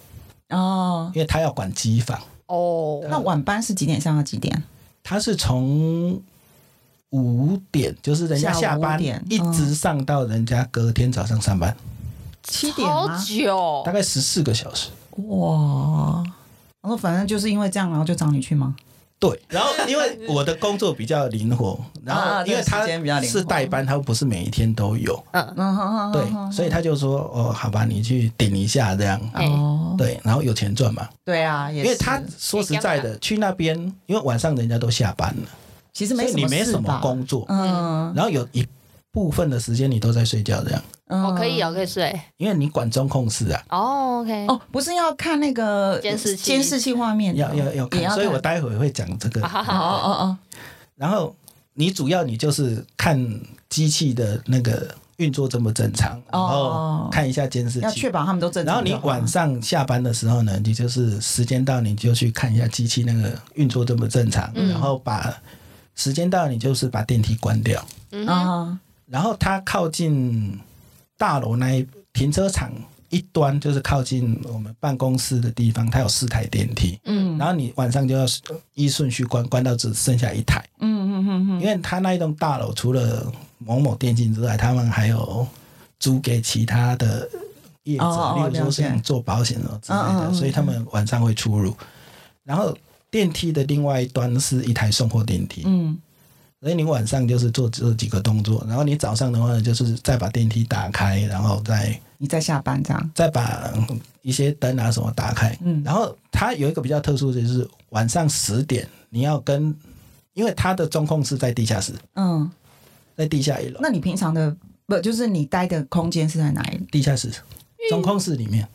Speaker 2: 哎
Speaker 1: 哦，
Speaker 3: 因为他要管机房。呃
Speaker 2: 哦，
Speaker 1: 那晚班是几点上到几点？
Speaker 3: 他是从五点，就是人家下
Speaker 1: 下午
Speaker 3: 班
Speaker 1: 五点嗯
Speaker 3: 一直上到人家隔天早上上班，
Speaker 1: 七点
Speaker 2: 好
Speaker 1: 吗？哦
Speaker 2: 久
Speaker 3: 大，概十四个小时。
Speaker 1: 哇！我说反正就是因为这样，然后就找你去吗？
Speaker 3: 对，然后因为我的工作比较 灵活，然
Speaker 1: 啊
Speaker 3: 后
Speaker 1: 对
Speaker 3: 因为他
Speaker 1: 时间比较灵活
Speaker 3: 是代班，他不是每一天都有，
Speaker 2: 嗯，
Speaker 1: 嗯哼哼哼
Speaker 3: 对，所以他就说哦，好吧，你去顶一下这样，
Speaker 2: 哎
Speaker 1: 哦，
Speaker 3: 对，然后有钱赚嘛，
Speaker 1: 对啊，因
Speaker 3: 因为他说实在的，去那边，因为晚上人家都下班了，
Speaker 1: 其实没
Speaker 3: 所以
Speaker 1: 什
Speaker 3: 你
Speaker 1: 么
Speaker 3: 没
Speaker 1: 事
Speaker 3: 什么
Speaker 1: 吧
Speaker 3: 工作，
Speaker 1: 嗯，
Speaker 3: 然后有一部分的时间你都在睡觉这样，
Speaker 2: 我
Speaker 1: 哦
Speaker 2: 可以哦，可以睡。
Speaker 3: 因为你管中控室啊，
Speaker 2: 哦，OK，
Speaker 1: 哦，不是要看那个
Speaker 2: 监视器
Speaker 1: 监视器画面的，
Speaker 3: 要要要
Speaker 1: 嗯也
Speaker 3: 看，
Speaker 1: 要
Speaker 3: 所以我待会会讲这
Speaker 2: 啊
Speaker 3: 个。
Speaker 1: 哦哦
Speaker 3: 然后你主要你就是看机器的那个运作正不正常，然后看一下监视
Speaker 1: 哦，要
Speaker 3: 器
Speaker 1: 确。保他们都正常
Speaker 3: 然
Speaker 1: 就
Speaker 3: 后
Speaker 1: 好。
Speaker 3: 你晚上下班的时候呢，你就是时间到你就去看一下机器那个运作正不正常，
Speaker 1: 嗯
Speaker 3: 然后把时间到你就是把电梯关掉，
Speaker 2: 嗯
Speaker 1: 啊，
Speaker 3: 然后它靠近大楼那一停车场一端，就是靠近我们办公室的地方，它有四台电梯。
Speaker 1: 嗯
Speaker 3: 然后你晚上就要依顺序关，关到只剩下一台，
Speaker 1: 嗯嗯嗯嗯，
Speaker 3: 因为它那一栋大楼除了某某电竞之外，他们还有租给其他的业者，
Speaker 1: 哦哦
Speaker 3: 例如说
Speaker 1: 了
Speaker 3: 像
Speaker 1: 解
Speaker 3: 做保险的之类的，
Speaker 1: 嗯嗯嗯
Speaker 3: 所以他们晚上会出入。然后电梯的另外一端是一台送货电梯，
Speaker 1: 嗯
Speaker 3: 所以你晚上就是做这几个动作，然后你早上的话呢，就是再把电梯打开，然后再
Speaker 1: 你在下班这样，
Speaker 3: 再把一些灯啊什么打开。
Speaker 1: 嗯
Speaker 3: 然后它有一个比较特殊的就是晚上十点你要跟，因为它的中控是在地下室，
Speaker 1: 嗯，
Speaker 3: 在地下一楼，
Speaker 1: 那你平常的不就是你待的空间是在哪里？
Speaker 3: 地下室
Speaker 1: 嗯
Speaker 3: 中控室里面，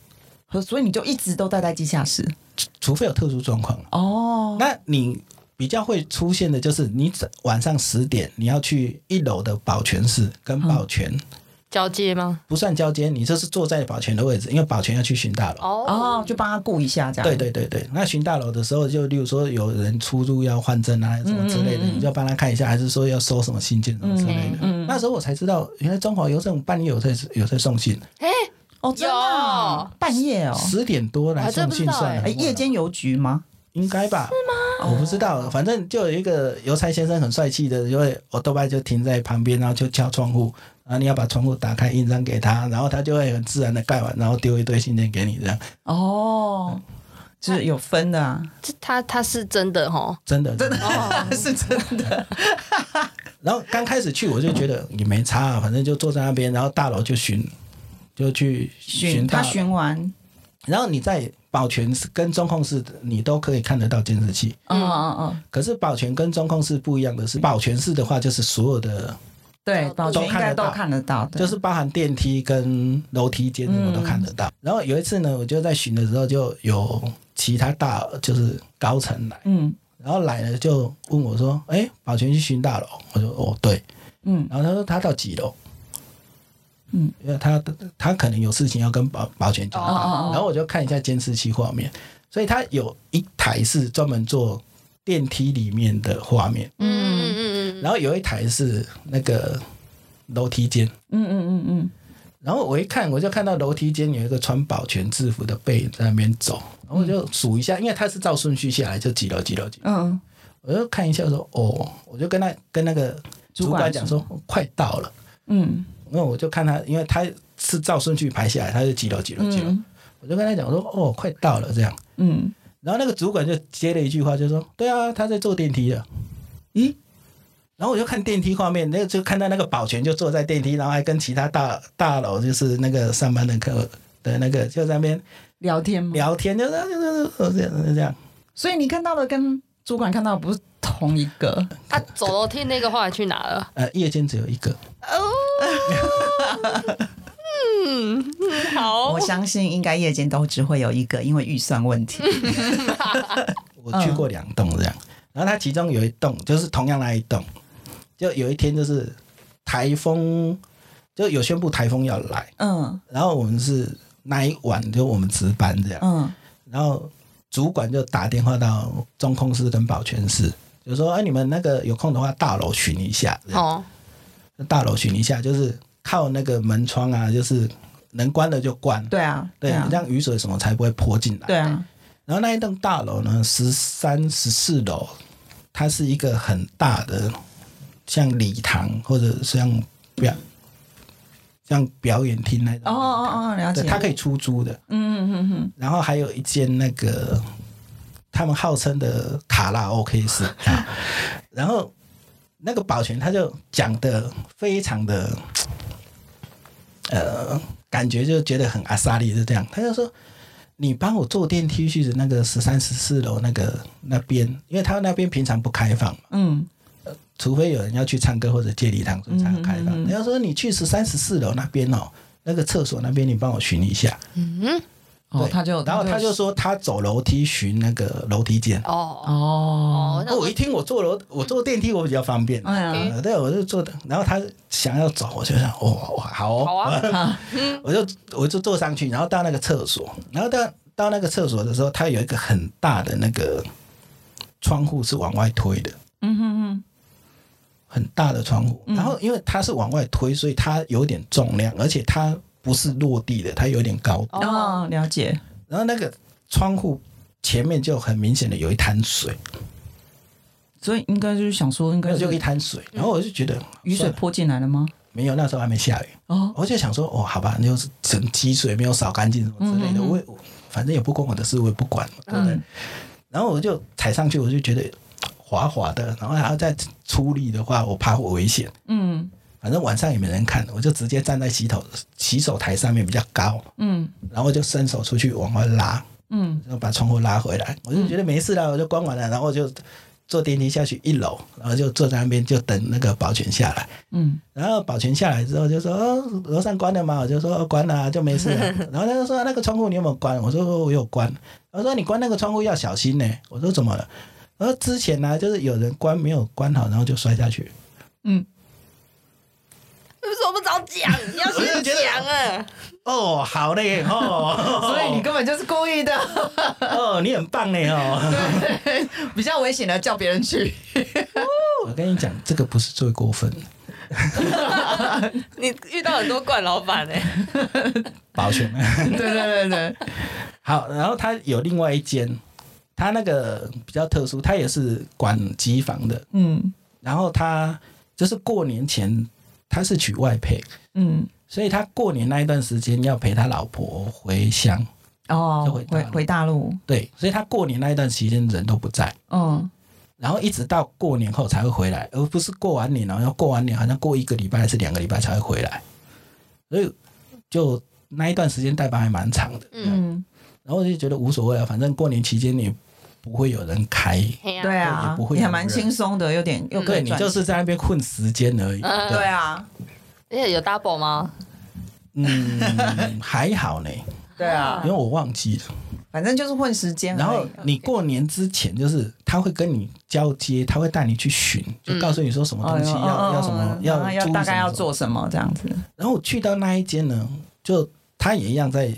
Speaker 1: 和所以你就一直都待在地下室
Speaker 3: 除除非有特殊状况。
Speaker 1: 哦。
Speaker 3: 那你比较会出现的就是你早晚上十点你要去一楼的保全室跟
Speaker 1: 嗯
Speaker 3: 保全。
Speaker 2: 交接吗？
Speaker 3: 不算交接，你就是坐在保全的位置，因为保全要去巡大楼。
Speaker 1: 哦，就帮他顾一下这样。
Speaker 3: 对对对对，那巡大楼的时候，就例如说有人出入要换证啊，什么之类的，
Speaker 1: 嗯
Speaker 3: 你就帮他看一下，还是说要收什么信件什么之类的。那时候我才知道，原来中华邮政半夜有在有在送信，
Speaker 2: 哎，
Speaker 1: 哦，真的啊、
Speaker 2: 有
Speaker 1: 半夜哦，
Speaker 3: 十点多来送信算
Speaker 2: 我还真
Speaker 1: 哎，
Speaker 3: 了。
Speaker 1: 夜间邮局吗？
Speaker 3: 应该吧？是吗？我不知道，反正就有一个邮差先生很帅气的，就会我豆瓣就停在旁边，然后就敲窗户，然后你要把窗户打开，印章给他，然后他就会很自然的盖完，然后丢一堆信件给你，这样
Speaker 1: 哦，就是有分的啊，
Speaker 2: 这他他是真的哦，
Speaker 3: 真的真的。
Speaker 1: 是真的。
Speaker 3: 然后刚开始去我就觉得也没差、啊，反正就坐在那边，然后大楼就巡，就去
Speaker 1: 巡
Speaker 3: 大
Speaker 1: 他
Speaker 3: 楼。
Speaker 1: 巡完，
Speaker 3: 然后你在保全室跟中控室，你都可以看得到监视器。
Speaker 1: 嗯嗯嗯，
Speaker 3: 可是保全跟中控室不一样的是，保全室的话就是所有的，
Speaker 1: 对，保全
Speaker 3: 都
Speaker 1: 应
Speaker 3: 看
Speaker 1: 该
Speaker 3: 得
Speaker 1: 都
Speaker 3: 到
Speaker 1: 看得到，对
Speaker 3: 就是包含电梯跟楼梯间什么都看得到。然后有一次呢，我就在巡的时候就有其他大就是高层来，
Speaker 1: 嗯
Speaker 3: 然后来了就问我说：“哎，保全去巡大楼？”我说：“哦，对。”
Speaker 1: 嗯
Speaker 3: 然后他说他到几楼？
Speaker 1: 嗯，
Speaker 3: 因为他他可能有事情要跟保保全交代，
Speaker 2: 哦
Speaker 1: 哦哦
Speaker 3: 然后我就看一下监视器画面，所以他有一台是专门做电梯里面的画面，
Speaker 2: 嗯
Speaker 1: 嗯
Speaker 2: 嗯嗯
Speaker 3: 然后有一台是那个楼梯间。
Speaker 1: 嗯嗯嗯嗯，
Speaker 3: 然后我一看，我就看到楼梯间有一个穿保全制服的背影在那边走，然后我就数一下，因为他是照顺序下来，就几楼几楼几楼
Speaker 1: 嗯，
Speaker 3: 我就看一下说哦，我就跟他跟那个主管讲说快到了，
Speaker 1: 嗯，
Speaker 3: 因为我就看他，因为他是照顺序排下来，他是几楼几楼几楼，
Speaker 1: 嗯
Speaker 3: 我就跟他讲说哦，快到了这样。
Speaker 1: 嗯，
Speaker 3: 然后那个主管就接了一句话，就说对啊，他在坐电梯的。嗯
Speaker 1: 咦，
Speaker 3: 然后我就看电梯画面，那个就看到那个保全就坐在电梯，然后还跟其他大大佬就是那个上班的客的那个就在那边
Speaker 1: 聊天吗？
Speaker 3: 聊天，就是就是就是这样这样。
Speaker 1: 所以你看到的跟主管看到的不是同一个，
Speaker 2: 嗯，他走楼梯那个后来去哪了？
Speaker 3: 呃，夜间只有一个，
Speaker 2: 好
Speaker 1: 我，相信应该夜间都只会有一个，因为预算问题。
Speaker 3: 我去过两栋这样，然后它其中有一栋就是同样那一栋，就有一天就是台风，就有宣布台风要来，
Speaker 1: 嗯
Speaker 3: 然后我们是那一晚就我们值班这样，
Speaker 1: 嗯
Speaker 3: 然后主管就打电话到中控室跟保全室，就说哎你们那个有空的话大楼巡一下，这样
Speaker 2: 哦，
Speaker 3: 大楼巡一下就是靠那个门窗啊，就是能关的就关，
Speaker 1: 对啊，
Speaker 3: 对，
Speaker 1: 啊，
Speaker 3: 让雨水什么才不会泼进来。
Speaker 1: 对啊，
Speaker 3: 然后那一栋大楼呢，十三、十四楼，它是一个很大的，像礼堂或者像表像表演厅那
Speaker 1: 哦
Speaker 3: 种。
Speaker 1: 哦哦，了解
Speaker 3: 对，。它可以出租的。
Speaker 1: 嗯嗯嗯
Speaker 3: 然后还有一间那个他们号称的卡拉 OK 室，啊 然后那个保全他就讲的非常的，呃，感觉就觉得很阿萨利是这样，他就说。你帮我坐电梯去的那个十三、十四楼那个那边，因为他那边平常不开放嘛，
Speaker 1: 嗯
Speaker 3: 除非有人要去唱歌或者借礼堂，所以才开放。他就说你去十三、十四楼那边哦，那个厕所那边你帮我巡一下。
Speaker 1: 嗯，哦
Speaker 3: 对，
Speaker 1: 他就
Speaker 3: 然后他就说他走楼梯巡那个楼梯间。
Speaker 2: 哦
Speaker 1: 哦，
Speaker 2: 哦，
Speaker 3: 那我一听我坐楼，我坐电梯我比较方便。
Speaker 1: 哎呀
Speaker 3: 呃对，我就坐的。然后他想要走，我就想，哦，哇好哦，
Speaker 2: 好啊
Speaker 3: 我就我就坐上去，然后到那个厕所，然后到到那个厕所的时候，它有一个很大的那个窗户是往外推的，
Speaker 1: 嗯哼哼，
Speaker 3: 很大的窗户。然后因为它是往外推，所以它有点重量，而且它不是落地的，它有点高度。
Speaker 2: 哦，
Speaker 1: 哦，了解。
Speaker 3: 然后那个窗户前面就很明显的有一滩水。
Speaker 1: 所以应该就是想说，应
Speaker 3: 没
Speaker 1: 该
Speaker 3: 有就是一滩水，然后我就觉得
Speaker 1: 雨水
Speaker 3: 算了
Speaker 1: 泼进来了吗？
Speaker 3: 没有，那时候还没下雨，
Speaker 1: 哦，
Speaker 3: 我就想说哦，好吧，那就是整积水没有扫干净什么之类的，我也我反正也不关我的事，我也不管，对不对？然后我就踩上去，我就觉得滑滑的，然后还要再出力的话，我怕会危险。
Speaker 1: 嗯
Speaker 3: 反正晚上也没人看，我就直接站在洗头洗手台上面比较高，
Speaker 1: 嗯
Speaker 3: 然后就伸手出去往外拉，
Speaker 1: 嗯
Speaker 3: 然后把窗户拉回来。我就觉得没事了，我就关完了，然后就坐电梯下去一楼，然后就坐在那边就等那个保全下来。
Speaker 1: 嗯
Speaker 3: 然后保全下来之后就说：“哦，楼上关了吗？”我就说：“哦、关了、啊，就没事了。”然后他就说：“啊那个窗户你有没有关？”我说：“我有关。”他说：“你关那个窗户要小心呢、我说：“怎么了？”然后之前呢、就是有人关没有关好，然后就摔下去。
Speaker 1: 嗯，
Speaker 2: 为什么不早讲？你要
Speaker 3: 我就
Speaker 2: 先
Speaker 3: 觉得
Speaker 2: 讲啊！
Speaker 3: 哦，好嘞， 哦，
Speaker 1: 所以你根本就是故意的，
Speaker 3: 哦，你很棒嘞，哦。
Speaker 1: 比较危险的叫别人去。
Speaker 3: 我跟你讲，这个不是最过分的，
Speaker 2: 你遇到很多怪老板哎、
Speaker 3: 保 全。
Speaker 1: 对对对对，
Speaker 3: 好，然后他有另外一间，他那个比较特殊，他也是管机房的，
Speaker 1: 嗯
Speaker 3: 然后他就是过年前他是娶外配，
Speaker 1: 嗯
Speaker 3: 所以他过年那一段时间要陪他老婆回乡。
Speaker 1: 哦
Speaker 3: 就回，大
Speaker 1: 回
Speaker 3: 陆
Speaker 1: 回大陆，
Speaker 3: 对，所以他过年那一段时间人都不在，
Speaker 1: 嗯
Speaker 3: 然后一直到过年后才会回来，而不是过完年然后要过完年，好像过一个礼拜还是两个礼拜才会回来，所以就那一段时间代班还蛮长的。
Speaker 1: 嗯，
Speaker 3: 然后我就觉得无所谓啊，反正过年期间你不会有人开，
Speaker 2: 嘿啊
Speaker 1: 对啊
Speaker 3: 也不，会
Speaker 1: 也还
Speaker 3: 有
Speaker 1: 蛮
Speaker 3: 人
Speaker 1: 轻松的，有点又可
Speaker 3: 对
Speaker 1: 以
Speaker 3: 你
Speaker 1: 赚
Speaker 3: 就
Speaker 1: 钱
Speaker 3: 是在那边混时间而已。
Speaker 2: 嗯
Speaker 1: 对，啊，
Speaker 2: 而且有 double 吗？
Speaker 3: 嗯，还好呢，
Speaker 1: 对 啊
Speaker 3: 因为，我忘记了。
Speaker 1: 反正就是混时间而已。
Speaker 3: 然后你过年之前，就是他会跟你交接，他会带你去巡，就告诉你说什么
Speaker 1: 哦
Speaker 3: 东西
Speaker 1: 有
Speaker 3: 要、
Speaker 1: 哦
Speaker 3: 要什
Speaker 1: 哦
Speaker 3: 么，
Speaker 1: 然后
Speaker 3: 注
Speaker 1: 要
Speaker 3: 意
Speaker 1: 大
Speaker 3: 什么
Speaker 1: 概要。做什么这样子。
Speaker 3: 然后我去到那一间呢，就他也一样在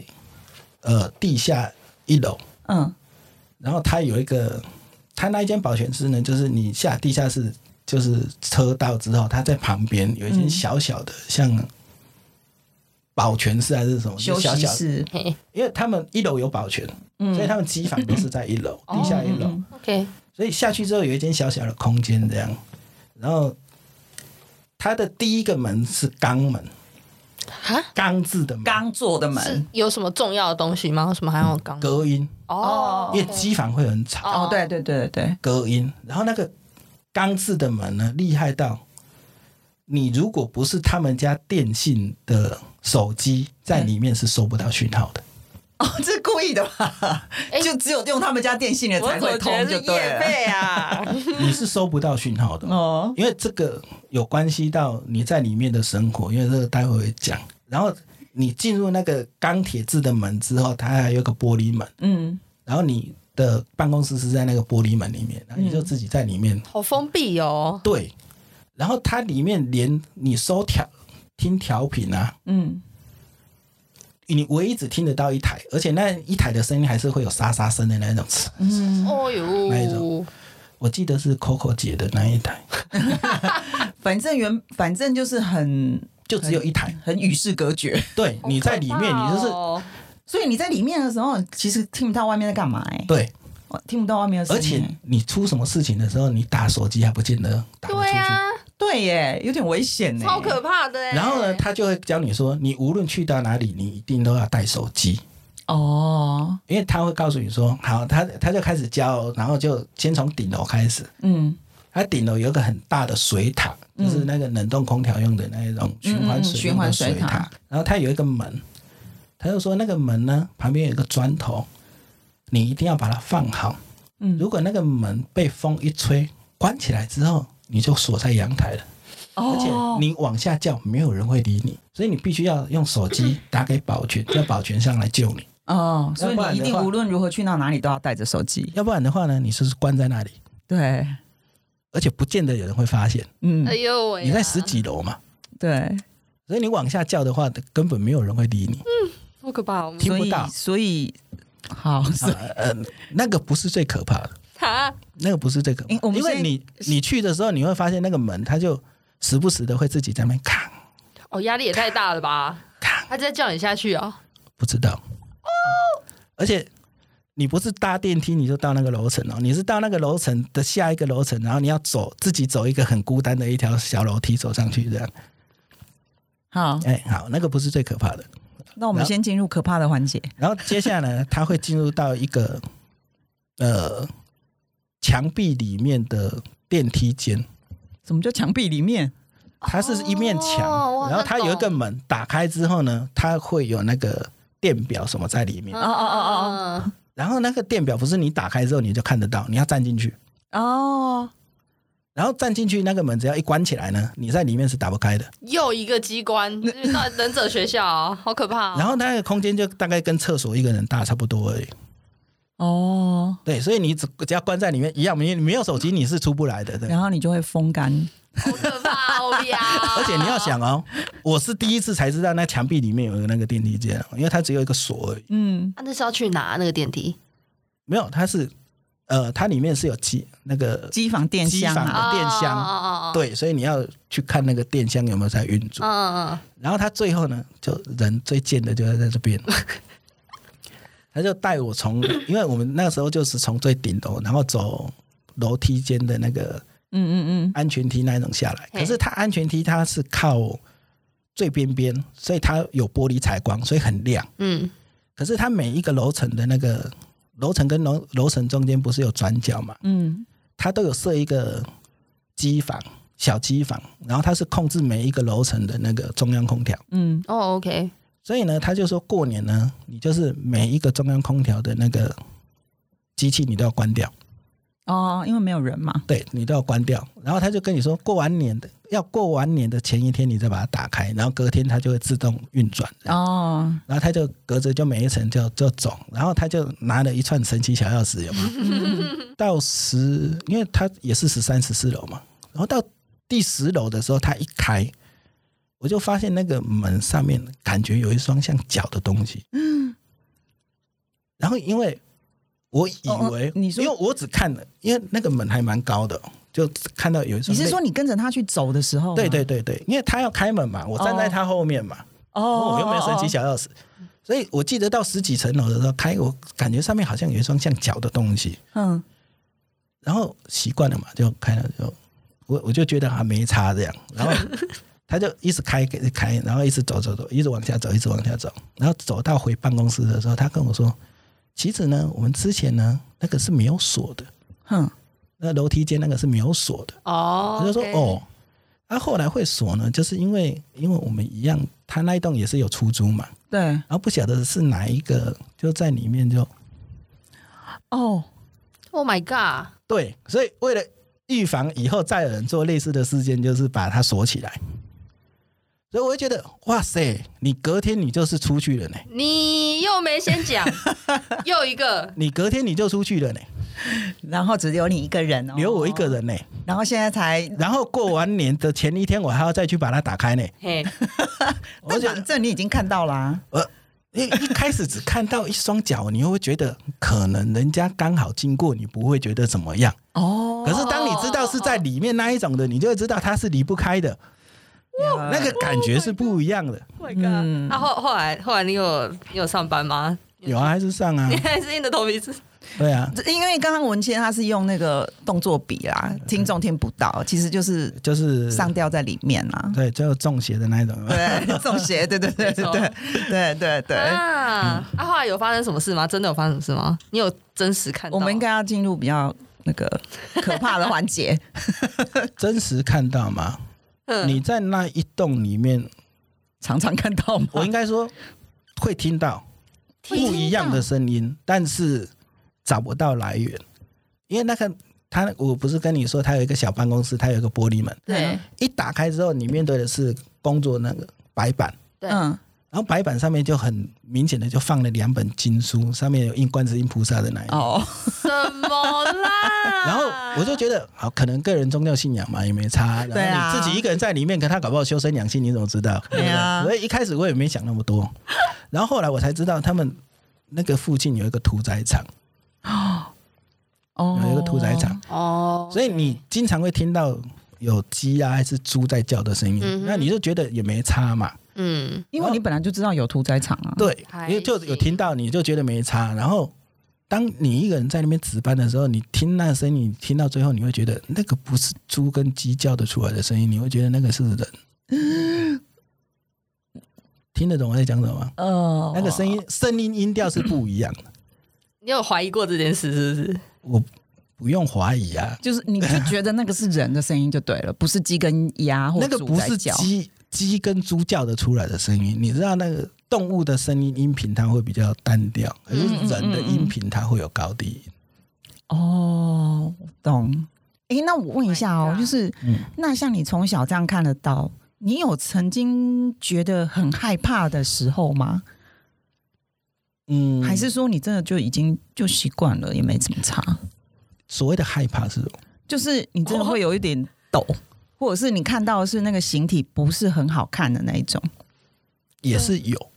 Speaker 3: 呃地下一楼，
Speaker 1: 嗯
Speaker 3: 然后他有一个，他那一间保全室呢，就是你下地下室，就是车道之后，他在旁边有一
Speaker 1: 嗯
Speaker 3: 间小小的、像保全室还是什么，
Speaker 1: 休
Speaker 3: 就小
Speaker 1: 息
Speaker 3: 小的，
Speaker 1: 室，
Speaker 2: 嘿
Speaker 3: 因为他们一楼有保全，
Speaker 1: 嗯
Speaker 3: 所以他们机房都是在一楼，地下一楼，
Speaker 1: 嗯
Speaker 2: ，OK，
Speaker 3: 所以下去之后有一间小小的空间这样，然后他的第一个门是钢门，
Speaker 2: 哈，
Speaker 3: 钢制的门，
Speaker 1: 刚做的
Speaker 2: 是
Speaker 1: 门。
Speaker 2: 有什么重要的东西吗？为什么还有钢？
Speaker 3: 隔音，
Speaker 2: 哦，
Speaker 3: 因为机房会很吵。
Speaker 1: 哦，对对对对对，
Speaker 3: 隔音。然后那个钢制的门呢，厉害到你如果不是他们家电信的手机在里面是收不到讯 号的。
Speaker 1: 哦， 这是故意的吧？
Speaker 2: 哎
Speaker 1: 就只有用他们家电信的才会通，就对
Speaker 2: 业
Speaker 1: 了。
Speaker 2: 配啊？
Speaker 3: 你是收不到讯号 的，
Speaker 1: 哦，
Speaker 3: 因为这个有关系到你在里面的生活，因为这个待会会讲。然后你进入那个钢铁制的门之后，它还有一个玻璃门，
Speaker 1: 嗯，
Speaker 3: 然后你的办公室是在那个玻璃门里面，然后你就自己在里面
Speaker 2: 好封闭哦，
Speaker 3: 对，然后它里面连你收调听调频啊，
Speaker 1: 嗯，
Speaker 3: 你唯一只听得到一台，而且那一台的声音还是会有沙沙声的那种。
Speaker 1: 嗯
Speaker 2: 哦
Speaker 3: 哪一
Speaker 2: 哟
Speaker 3: 种，我记得是 Coco 姐的那一台，
Speaker 1: 反正原反正就是很
Speaker 3: 就只有一台。
Speaker 1: 很与世隔绝，
Speaker 3: 对，你在里面，你就是
Speaker 2: 哦
Speaker 1: 所以你在里面的时候，其实听不到外面在干嘛，哎，
Speaker 3: 对，
Speaker 1: 哦听不到外面的声
Speaker 3: 而
Speaker 1: 音。
Speaker 3: 且
Speaker 1: 哎
Speaker 3: 你出什么事情的时候，你打手机还不见得打得出
Speaker 2: 对
Speaker 3: 去。
Speaker 2: 啊，
Speaker 1: 对耶，有点危险呢，
Speaker 2: 超可怕的欸。
Speaker 3: 然后呢，他就会教你说，你无论去到哪里，你一定都要带手机。
Speaker 1: 哦，
Speaker 3: 因为他会告诉你说，好，他他就开始教，然后就先从顶楼开始，
Speaker 1: 嗯，
Speaker 3: 它顶楼有一个很大的水塔，就是那个冷冻空调用的那一种循
Speaker 1: 嗯
Speaker 3: 环
Speaker 1: 嗯嗯
Speaker 3: 水用的水
Speaker 1: 循环水塔
Speaker 3: 然后它有一个门，他就说那个门呢旁边有一个砖头，你一定要把它放好。
Speaker 1: 嗯
Speaker 3: 如果那个门被风一吹，关起来之后，你就锁在阳台了，而且
Speaker 1: 哦，
Speaker 3: 你往下叫，没有人会理你，所以你必须要用手 机打给保全，叫保全上来救你。
Speaker 1: 哦，所以
Speaker 3: 要不然
Speaker 1: 你一
Speaker 3: 的
Speaker 1: 定
Speaker 3: 话
Speaker 1: 无论如何去到哪里都要带着手机。
Speaker 3: 要不然的话呢，你就是关在那里，
Speaker 1: 对，
Speaker 3: 而且不见得有人会发现。
Speaker 1: 嗯
Speaker 2: 哎，呦喂啊，
Speaker 3: 你在十几楼嘛，
Speaker 1: 对，
Speaker 3: 所以你往下叫的话，根本没有人会理你。
Speaker 1: 嗯
Speaker 2: 好可怕哦，
Speaker 3: 听不到
Speaker 1: 所以所以好，所以
Speaker 3: 啊呃，那个不是最可怕的，
Speaker 2: 他
Speaker 3: 那个不是最可怕
Speaker 1: 诶我们
Speaker 3: 的，因为
Speaker 1: 现在
Speaker 3: 你你去的时候，你会发现那个门它就时不时的会自己在那边咔
Speaker 2: 哦压力也太大了吧？
Speaker 3: 咔，
Speaker 2: 他在叫你下去哦，
Speaker 3: 不知道。
Speaker 1: 哦
Speaker 3: 而且你不是搭电梯你就到那个楼层哦，你是到那个楼层的下一个楼层，然后你要走自己走一个很孤单的一条小楼梯走上去这样。
Speaker 1: 好，
Speaker 3: 哎，好，那个不是最可怕的。
Speaker 1: 那我们先进入可怕的环节。
Speaker 3: 然后接下来呢，它会进入到一个呃墙壁里面的电梯间，
Speaker 1: 怎么叫墙壁里面？
Speaker 3: 它是一面墙，
Speaker 2: 哦哇
Speaker 3: 然后它有一
Speaker 2: 那
Speaker 3: 个
Speaker 2: 懂
Speaker 3: 门，打开之后呢，它会有那个电表什么在里面。
Speaker 2: 嗯
Speaker 1: 哦哦哦
Speaker 2: 嗯
Speaker 3: 然后那个电表不是你打开之后你就看得到，你要站进去。
Speaker 1: 哦，
Speaker 3: 然后站进去那个门只要一关起来呢，你在里面是打不开的。
Speaker 2: 又一个机关，那忍者学校啊好可怕哦。
Speaker 3: 然后那个空间就大概跟厕所一个人大差不多而已。
Speaker 1: 哦，
Speaker 3: 对，所以你只只要关在里面一样，没没有手机你是出不来的。对，
Speaker 1: 然后你就会风干。
Speaker 2: 好啊可怕，我不要。
Speaker 3: 而且你要想哦，我是第一次才知道那墙壁里面有那个电梯间，因为它只有一个锁而已，
Speaker 1: 嗯，
Speaker 2: 啊，那是要去哪那个电梯？
Speaker 3: 没有，它是呃，它里面是有机那个
Speaker 1: 机房电箱
Speaker 3: 机
Speaker 1: 啊，
Speaker 3: 房电箱
Speaker 2: 哦哦哦哦
Speaker 3: 对，所以你要去看那个电箱有没有在运作。
Speaker 2: 嗯嗯
Speaker 3: 然后他最后呢，就人最贱的就在这边，他就带我从，因为我们那时候就是从最顶楼，然后走楼梯间的那个
Speaker 1: 嗯嗯
Speaker 3: 安全梯那一种下来。
Speaker 2: 嘿
Speaker 3: 可是它安全梯它是靠最边边，所以它有玻璃采光，所以很亮。
Speaker 2: 嗯
Speaker 3: 可是它每一个楼层的那个楼层跟楼楼层中间不是有转角嘛？
Speaker 1: 嗯
Speaker 3: 它都有设一个机房，小机房，然后它是控制每一个楼层的那个中央空调。
Speaker 1: 嗯，
Speaker 2: 嗯，哦，OK，
Speaker 3: 所以呢，他就说过年呢，你就是每一个中央空调的那个机器你都要关掉，
Speaker 1: 哦，因为没有人嘛。
Speaker 3: 对你都要关掉。然后他就跟你说，过完年的要过完年的前一天你再把它打开，然后隔天它就会自动运转。
Speaker 1: 哦，
Speaker 3: 然后他就隔着就每一层就就走，然后他就拿了一串神奇小钥匙，有吗？ 到十，因为他也是十三、十四楼嘛，然后到第十楼的时候，他一开，我就发现那个门上面感觉有一双像脚的东西，
Speaker 1: 嗯
Speaker 3: 然后因为我以
Speaker 1: 哦哦
Speaker 3: 为，
Speaker 1: 你说
Speaker 3: 因为我只看了，因为那个门还蛮高的哦，就只看到有一
Speaker 1: 你
Speaker 3: 双类，
Speaker 1: 是说你跟着他去走的时候吗？
Speaker 3: 对对对对，因为他要开门嘛，我站在
Speaker 1: 哦
Speaker 3: 他后面嘛。
Speaker 1: 哦，
Speaker 3: 我又没有神奇
Speaker 1: 想
Speaker 3: 小钥匙，所以我记得到十几层楼的时候开，我感觉上面好像有一双像脚的东西，
Speaker 1: 嗯
Speaker 3: 然后习惯了嘛，就开了就我我就觉得还没差这样，然后他就一直开一直开，然后一直走走走，一直往下走，一直往下走，然后走到回办公室的时候，他跟我说，其实呢，我们之前呢那个是没有锁的，
Speaker 1: 哼，
Speaker 3: 那楼梯间那个是没有锁的。
Speaker 2: 哦，
Speaker 3: 我就说
Speaker 2: OK
Speaker 3: 哦，他后来会锁呢，就是因为因为我们一样，他那一栋也是有出租嘛，
Speaker 1: 对
Speaker 3: 然后不晓得是哪一个就在里面就
Speaker 1: 哦，
Speaker 2: ，Oh my god，
Speaker 3: 对，所以为了预防以后再有人做类似的事件，就是把它锁起来。所以我会觉得，哇塞，你隔天你就是出去了呢，
Speaker 2: 你又没先 讲，又一个，
Speaker 3: 你隔天你就出去了呢，
Speaker 1: 然后只留你一个人哦，
Speaker 3: 留我一个，人呢，
Speaker 1: 然后现在才，
Speaker 3: 然后过完年的前一天我还要再去把它打开呢，
Speaker 2: 嘿，
Speaker 3: 我
Speaker 1: 但
Speaker 3: 觉得
Speaker 1: 反正你已经看到啦、
Speaker 3: 呃。因为一开始只看到一双脚，你会觉得可能人家刚好经过，你不会觉得怎么样。
Speaker 1: 哦，
Speaker 3: 可是当你知道是在里面那一种的，你就会知道它是离不开的。那个感觉是不一样的。
Speaker 2: Oh my god！那、
Speaker 3: 嗯
Speaker 2: 后后来后来你有你有上班吗？
Speaker 3: 有啊，还是上 啊
Speaker 2: 你，还是硬着头皮是？
Speaker 3: 对啊，
Speaker 1: 因为刚刚文谦他是用那个动作笔啦，听众听不到，其实就是
Speaker 3: 嗯就是
Speaker 1: 上吊在里面啦。
Speaker 3: 对，就中邪的那一种。
Speaker 1: 对，中邪，对对对对对对对
Speaker 3: 哎
Speaker 1: 对。
Speaker 2: 啊，
Speaker 3: 嗯
Speaker 2: 啊，后来有发生什么事吗？真的有发生什么事吗？你有真实看到？
Speaker 1: 我们应该要进入比较那个可怕的环节。
Speaker 3: 真实看到嘛？
Speaker 2: 嗯
Speaker 3: 你在那一栋里面，
Speaker 1: 常常看到吗？
Speaker 3: 我应该说会听到不
Speaker 2: 听到
Speaker 3: 一样的声音，但是找不到来源，因为那个他，我不是跟你说，他有一个小办公室，他有一个玻璃门，
Speaker 2: 对
Speaker 3: 一打开之后，你面对的是工作那个白板。
Speaker 2: 对
Speaker 1: 嗯，
Speaker 3: 然后白板上面就很明显的就放了两本经书，上面有印观世音菩萨的那一种。
Speaker 1: 哦，
Speaker 2: 什么啦？
Speaker 3: 然后我就觉得，好，可能个人宗教信仰嘛，也没差。
Speaker 1: 对
Speaker 3: 然
Speaker 1: 啊
Speaker 3: 后你自己一个人在里面，可他搞不好修身养性，你怎么知道？
Speaker 1: 对啊
Speaker 3: 对不对所以一开始我也没想那么多，然后后来我才知道，他们那个附近有一个屠宰场，
Speaker 1: 哦
Speaker 3: 有一个屠宰场，，
Speaker 2: 哦，
Speaker 3: 所以你经常会听到有鸡啊还是猪在叫的声音，
Speaker 2: 嗯哼
Speaker 3: 那你就觉得也没差嘛。
Speaker 2: 嗯，
Speaker 1: 因为你本来就知道有屠宰场啊。，
Speaker 3: 对，
Speaker 2: 还
Speaker 3: 因为就有
Speaker 2: 行
Speaker 3: 听到你就觉得没差，然后当你一个人在那边值班的时候，你听那声音，你听到最后，你会觉得那个不是猪跟鸡叫的出来的声音，你会觉得那个是人。听得懂我在讲什么吗？
Speaker 2: 哦
Speaker 1: 呃，
Speaker 3: 那个声音、声音音调是不一样的。
Speaker 2: 你有怀疑过这件事是不是？
Speaker 3: 我不用怀疑啊，
Speaker 1: 就是你就觉得那个是人的声音就对了，不是鸡跟鸭或
Speaker 3: 那个
Speaker 1: 猪
Speaker 3: 不
Speaker 1: 在
Speaker 3: 是
Speaker 1: 叫
Speaker 3: 鸡鸡跟猪叫的出来的声音，你知道那个动物的声音音频它会比较单调，可
Speaker 1: 嗯
Speaker 3: 是人的音频它会有高低音。
Speaker 1: 哦，懂。诶，那我问一下
Speaker 2: Oh my
Speaker 1: 哦，
Speaker 2: God
Speaker 1: 就是
Speaker 3: 嗯
Speaker 1: 那像你从小这样看得到，你有曾经觉得很害怕的时候吗？
Speaker 3: 嗯，
Speaker 1: 还是说你真的就已经就习惯了，也没怎么差？
Speaker 3: 所谓的害怕是什么？
Speaker 1: 就是你真的会有一点抖，或者是你看到的是那个形体不是很好看的那一种。
Speaker 3: 也
Speaker 1: 嗯
Speaker 3: 是有，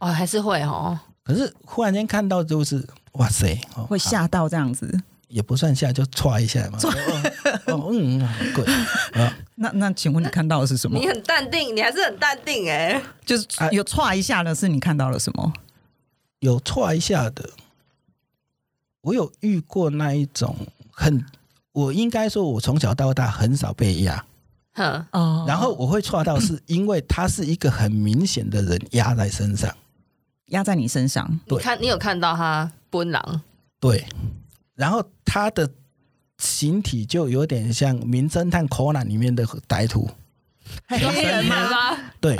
Speaker 2: 哦，还是会哦，
Speaker 3: 可是忽然间看到就是哇塞，哦
Speaker 1: 会吓到这样子。
Speaker 3: 也不算下，就歘一下嘛。哦哦嗯， 滚啊！
Speaker 1: 那那，请问你看到的是什么
Speaker 2: 你？很淡定，你还是很淡定哎、
Speaker 1: 就是
Speaker 3: 哎
Speaker 1: 有歘一下的是你看到了什么？
Speaker 3: 有歘一下的，我有遇过那一种很，我应该说，我从小到大很少被压，
Speaker 2: 哼，
Speaker 1: 哦
Speaker 3: 然后我会歘到，是因为他是一个很明显的人压在身上，
Speaker 1: 压在你身上，
Speaker 2: 你
Speaker 3: 对
Speaker 2: 看你有看到他奔狼
Speaker 3: 对，然后他的形体就有点像《名侦探柯南》里面的歹徒，哎
Speaker 1: 黑
Speaker 2: 有
Speaker 1: 人吗？
Speaker 2: 吗？
Speaker 3: 对，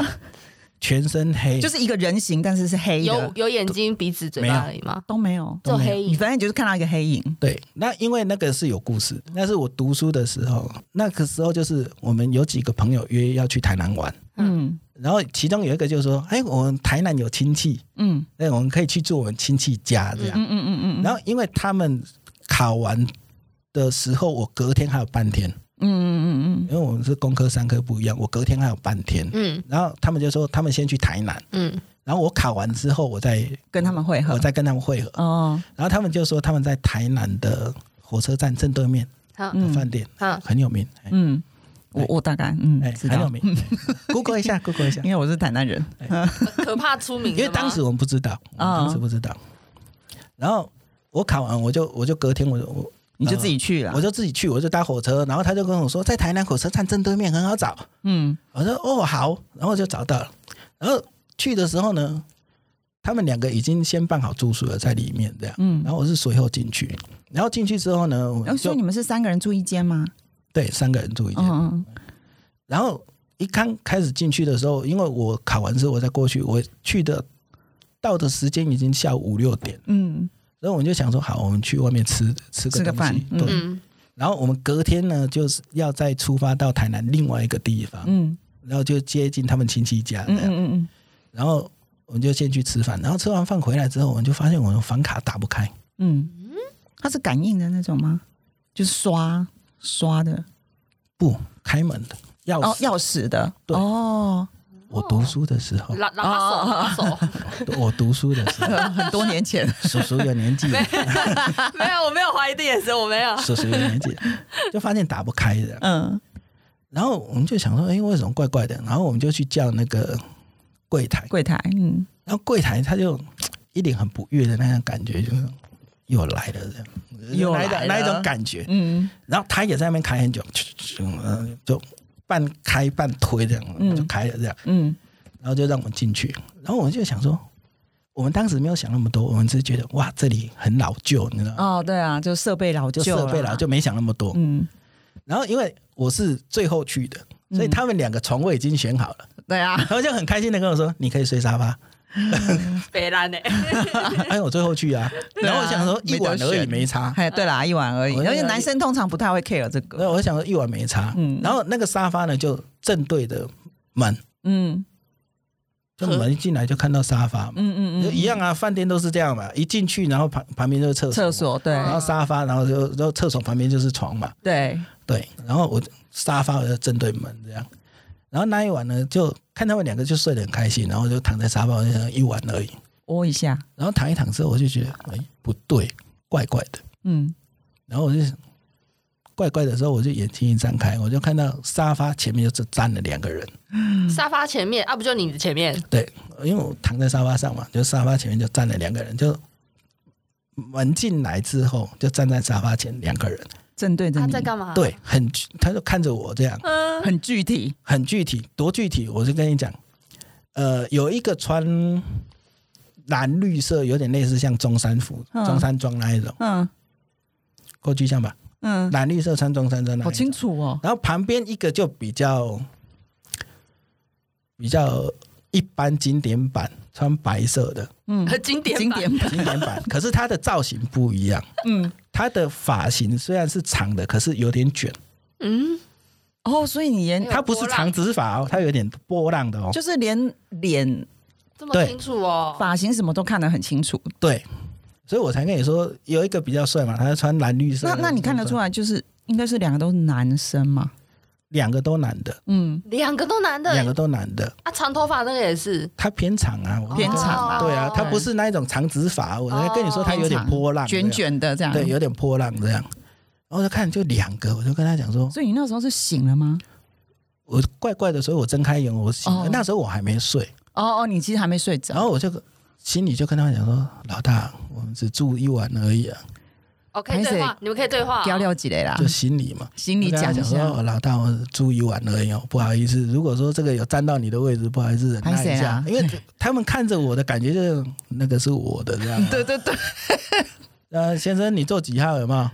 Speaker 3: 全身黑，
Speaker 1: 就是一个人形，但是是黑
Speaker 2: 有
Speaker 1: 的，
Speaker 2: 有眼睛、鼻子、嘴
Speaker 3: 没有
Speaker 2: 巴而已吗？
Speaker 1: 都没有。
Speaker 2: 做黑
Speaker 1: 你
Speaker 2: 影
Speaker 1: 反正就是看到一个黑影，
Speaker 3: 对，那因为那个是有故事，那是我读书的时候，那个时候就是我们有几个朋友约要去台南玩，
Speaker 1: 嗯
Speaker 3: 然后其中有一个就说：“哎，我们台南有亲戚，
Speaker 1: 嗯
Speaker 3: 那哎我们可以去住我们亲戚家这样。
Speaker 1: 嗯嗯嗯嗯
Speaker 3: 然后因为他们考完的时候，我隔天还有半天，
Speaker 1: 嗯嗯嗯
Speaker 3: 因为我们是工科三科不一样，我隔天还有半天。
Speaker 2: 嗯
Speaker 3: 然后他们就说他们先去台南，
Speaker 2: 嗯，
Speaker 3: 然后我考完之后，我再
Speaker 1: 嗯，跟他们会合
Speaker 3: 我。再跟他们会合。
Speaker 1: 哦，
Speaker 3: 然后他们就说他们在台南的火车站正对面
Speaker 2: 好，
Speaker 3: 的
Speaker 1: 嗯
Speaker 3: 饭店
Speaker 2: 好，
Speaker 3: 很有名。哎
Speaker 1: 嗯，我我大概嗯
Speaker 3: 哎，
Speaker 1: 知
Speaker 3: 很有
Speaker 1: 道，
Speaker 3: 名。Google 一下，Google 一下，
Speaker 1: 因为我是台南人。
Speaker 2: 可怕出名的吗，
Speaker 3: 因为当时我们不知道，我们
Speaker 1: 啊
Speaker 3: 当时不知道。
Speaker 1: 嗯
Speaker 3: 然后我考完，我就我就隔天我就我
Speaker 1: 你就自己去了
Speaker 3: 嗯我。就自己去，我就搭火车，然后他就跟我说，在台南火车站正对面很好找。
Speaker 1: 嗯，
Speaker 3: 我说哦好，然后我就找到了。然后去的时候呢，他们两个已经先办好住宿了，在里面这样。
Speaker 1: 嗯
Speaker 3: 然后我是随后进去，然后进去之后呢，我
Speaker 1: 然后哦所
Speaker 3: 就
Speaker 1: 以你们是三个人住一间吗？
Speaker 3: 对三个人住一间。
Speaker 1: 嗯嗯
Speaker 3: 然后一刚开始进去的时候，因为我考完之后我再过去，我去的到的时间已经下午五六点，
Speaker 1: 嗯，
Speaker 3: 所以我们就想说，好，我们去外面吃吃个
Speaker 1: 吃个
Speaker 3: 东西
Speaker 1: 饭嗯
Speaker 3: 对。
Speaker 2: 嗯
Speaker 3: 然后我们隔天呢，就是要再出发到台南另外一个地方，
Speaker 1: 嗯
Speaker 3: 然后就接近他们亲戚家
Speaker 1: 嗯嗯
Speaker 3: 这样。
Speaker 1: 嗯嗯，
Speaker 3: 然后我们就先去吃饭，然后吃完饭回来之后，我们就发现我们房卡打不开，
Speaker 1: 嗯，它是感应的那种吗？就是刷刷的
Speaker 3: 不开门的钥
Speaker 1: 哦，
Speaker 3: 匙。
Speaker 1: 钥匙的
Speaker 3: 对
Speaker 1: 哦，
Speaker 3: 我读书的时候，
Speaker 2: 拉拉手拉
Speaker 3: 哦
Speaker 2: 手，
Speaker 3: 我读书的 时候，
Speaker 1: 很多年前。
Speaker 3: 叔叔有年纪了。
Speaker 2: 没有，我没有怀疑的眼神，我没有。
Speaker 3: 叔叔有年纪，就发现打不开的。
Speaker 1: 嗯
Speaker 3: 然后我们就想说，哎、为什么怪怪的？然后我们就去叫那个柜台，
Speaker 1: 柜台，嗯
Speaker 3: 然后柜台他就一脸很不悦的那种感觉，就是又来了这样，
Speaker 1: 又来了
Speaker 3: 那一种那一种感觉。
Speaker 1: 嗯
Speaker 3: 然后他也在那边开很久，嗯就半开半推这样，
Speaker 1: 嗯
Speaker 3: 就开了这样，
Speaker 1: 嗯
Speaker 3: 然后就让我们进去。然后我们就想说。我们当时没有想那么多，我们只是觉得哇，这里很老旧，你知道吗？
Speaker 1: 哦，对啊，就设备老旧
Speaker 3: 就
Speaker 1: 啦，
Speaker 3: 设备老旧，没想那么多。
Speaker 1: 嗯，
Speaker 3: 然后因为我是最后去的，所
Speaker 1: 嗯
Speaker 3: 以他们两个床位已经选好了，
Speaker 1: 对啊，
Speaker 3: 他们就很开心的跟我说：“你可以睡沙发。
Speaker 2: 北兰欸呢？
Speaker 3: 哎，我最后去啊。然后我想说
Speaker 1: 没得
Speaker 3: 一碗而已
Speaker 1: 选
Speaker 3: 没差，
Speaker 1: 哎，对啦，一碗而已，
Speaker 3: 我就
Speaker 1: 而且
Speaker 3: 想
Speaker 1: 男生通常不太会 care 这
Speaker 3: 那
Speaker 1: 个，
Speaker 3: 我想说一碗没差。
Speaker 1: 嗯
Speaker 3: 然后那个沙发呢就正对着门，
Speaker 1: 嗯
Speaker 3: 就门一进来就看到沙发嘛，
Speaker 1: 嗯嗯
Speaker 3: 就
Speaker 1: 嗯，
Speaker 3: 一样啊，饭店都是这样嘛，一进去然后旁旁边就是厕
Speaker 1: 厕，所对
Speaker 3: 然后沙发，然后就然后厕所旁边就是床嘛，
Speaker 1: 对，
Speaker 3: 对，然后我沙发我就正对门这样。然后那一晚呢，就看他们两个就睡得很开心，然后我就躺在沙发，我就想一碗而已。
Speaker 1: 窝一下，
Speaker 3: 然后躺一躺之后，我就觉得哎不对，怪怪的。
Speaker 1: 嗯
Speaker 3: 然后我就怪怪的时候，我就眼睛一张开，我就看到沙发前面就是站了两个人。
Speaker 2: 沙发前面啊，不就你的前面？
Speaker 3: 对，因为我躺在沙发上嘛，就沙发前面就站了两个人。就门进来之后，就站在沙发前两个人。
Speaker 1: 正对着
Speaker 2: 他
Speaker 1: 你，
Speaker 2: 在干嘛？，
Speaker 3: 对，很具他就看着我这样，
Speaker 2: 嗯，
Speaker 1: 很具体，
Speaker 3: 很具体，多具体。我就跟你讲，呃，有一个穿蓝绿色，有点类似像中山服、
Speaker 1: 嗯
Speaker 3: 中山装那一种，
Speaker 1: 嗯，
Speaker 3: 够具象吧？
Speaker 4: 嗯，
Speaker 3: 蓝绿色山中山针，
Speaker 4: 好清。楚哦。
Speaker 3: 然后旁边一个就比较比较一般经典版，穿白色的
Speaker 4: 嗯，
Speaker 2: 很经典
Speaker 4: 经
Speaker 2: 版
Speaker 4: 典版，
Speaker 3: 经典版，可是它的造型不一样。
Speaker 4: 嗯，
Speaker 3: 它的发型虽然是长的，可是有点卷，
Speaker 2: 嗯，
Speaker 4: 哦，所以你连
Speaker 2: 有
Speaker 3: 它不是长直发哦，它有点波浪的哦。
Speaker 4: 就是连脸、
Speaker 2: 这么
Speaker 3: 对
Speaker 2: 清楚哦。
Speaker 4: 发型什么都看得很清楚。
Speaker 3: 对，所以我才跟你说有一个比较帅嘛，他穿蓝绿色
Speaker 4: 那
Speaker 3: 的。
Speaker 4: 那你看得出来，就是应该是两个都是男生嘛？
Speaker 3: 两个都男的，
Speaker 4: 嗯，
Speaker 2: 两个都男的，
Speaker 3: 两个都男的，
Speaker 2: 啊，长头发那个也是
Speaker 3: 他偏长啊，我
Speaker 4: 偏长啊
Speaker 3: 对啊，他不
Speaker 2: 是
Speaker 3: 是那一种长直发，我才跟你说他有点波浪，啊
Speaker 4: 卷卷的这样。
Speaker 3: 对，有点波浪这样。然后就看就两个，我就跟他讲说，
Speaker 4: 所以你那时候是醒了吗？
Speaker 3: 我怪怪的，所以我睁开眼我醒了，
Speaker 4: 哦
Speaker 3: 那时候我还没睡，
Speaker 4: 哦哦，你其实还没睡着。
Speaker 3: 然后我就心里就跟他讲说，老大，我们只住一晚而已啊，
Speaker 2: 哦，可以对
Speaker 4: 拍
Speaker 2: 话
Speaker 4: 谁，
Speaker 2: 你们可以对话哦，
Speaker 4: 聊聊几类啦
Speaker 3: 就，心里嘛。
Speaker 4: 啊心里
Speaker 3: 我跟
Speaker 4: 讲
Speaker 3: 他
Speaker 4: 一
Speaker 3: 讲说，
Speaker 4: 下
Speaker 3: 哦。老大，我住一晚而已哦，不好意思。如果说这个有占到你的位置，不好意思，忍耐
Speaker 4: 拍谁啊
Speaker 3: 一下
Speaker 4: 啦，
Speaker 3: 因为他们看着我的感觉就是那个是我的这样、 啊。
Speaker 4: 对对对，
Speaker 3: 呃，先生，你坐几号有没有？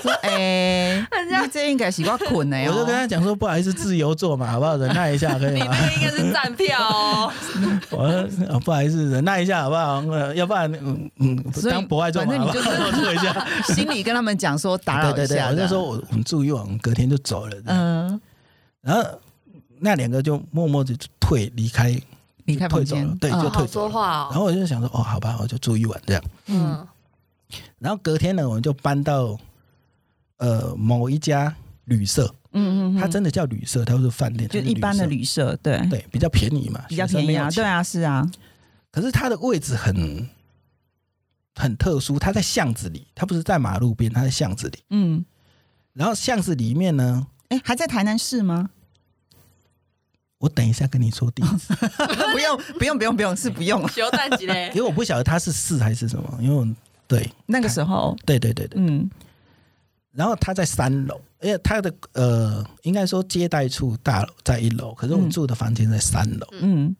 Speaker 4: 说哎，你这应该是我困的哦。
Speaker 3: 我就跟他讲说，不好意思，自由坐嘛，好不好？忍耐 一下可以
Speaker 2: 你
Speaker 3: 吗
Speaker 2: 那？个应该是站票哦，
Speaker 3: 我说、哦、不好意思，忍耐一下好不好？呃、要不然嗯嗯
Speaker 4: 所，以
Speaker 3: 当博爱坐嘛，
Speaker 4: 反正
Speaker 3: 好
Speaker 4: 你
Speaker 3: 不
Speaker 4: 就是
Speaker 3: 好？ 坐一 下。
Speaker 4: 心里跟他们讲说打
Speaker 3: 对
Speaker 4: 扰
Speaker 3: 对
Speaker 4: 一
Speaker 3: 对，
Speaker 4: 下，
Speaker 3: 我就说我我们住一晚，我们隔天就走了。嗯，
Speaker 4: 嗯，
Speaker 3: 然后那两个就默默的退离开，
Speaker 4: 离开
Speaker 3: 退
Speaker 4: 房
Speaker 3: 走了
Speaker 4: 间，，
Speaker 3: 对，
Speaker 4: 嗯
Speaker 2: 不
Speaker 3: 就
Speaker 2: 好
Speaker 3: 退走
Speaker 2: 说
Speaker 3: 了。
Speaker 2: 话
Speaker 3: 然
Speaker 2: 哦。
Speaker 3: 后我就想说，哦，好吧，我就住一晚这样。
Speaker 2: 嗯，
Speaker 3: 然后隔天呢，我们就搬到呃某一家旅社，
Speaker 4: 嗯嗯嗯，
Speaker 3: 它真的叫旅社，它不是饭店，
Speaker 4: 就
Speaker 3: 它是
Speaker 4: 一般的
Speaker 3: 社，
Speaker 4: 旅社，对，
Speaker 3: 对，比较便宜嘛，
Speaker 4: 比较
Speaker 3: 学生
Speaker 4: 便宜
Speaker 3: 没
Speaker 4: 啊，
Speaker 3: 有钱
Speaker 4: 对。啊，是啊，
Speaker 3: 可是它的位置很很特殊，它在巷子里，它不是在马路边，它在巷子里。
Speaker 4: 嗯，
Speaker 3: 然后巷子里面呢，
Speaker 4: 哎，还在台南市吗？
Speaker 3: 我等一下跟你说地址，
Speaker 4: 不用，不用，不用，不用，是不用了。啊
Speaker 2: 学站几嘞
Speaker 3: 因？为我不晓得它是市还是什么，因为我对
Speaker 4: 那个时候，
Speaker 3: 对对对对。
Speaker 4: 嗯，
Speaker 3: 然后它在三楼，因为它的呃，应该说接待处大楼在一楼，可是我们
Speaker 4: 嗯
Speaker 3: 住的房间在三楼，
Speaker 4: 嗯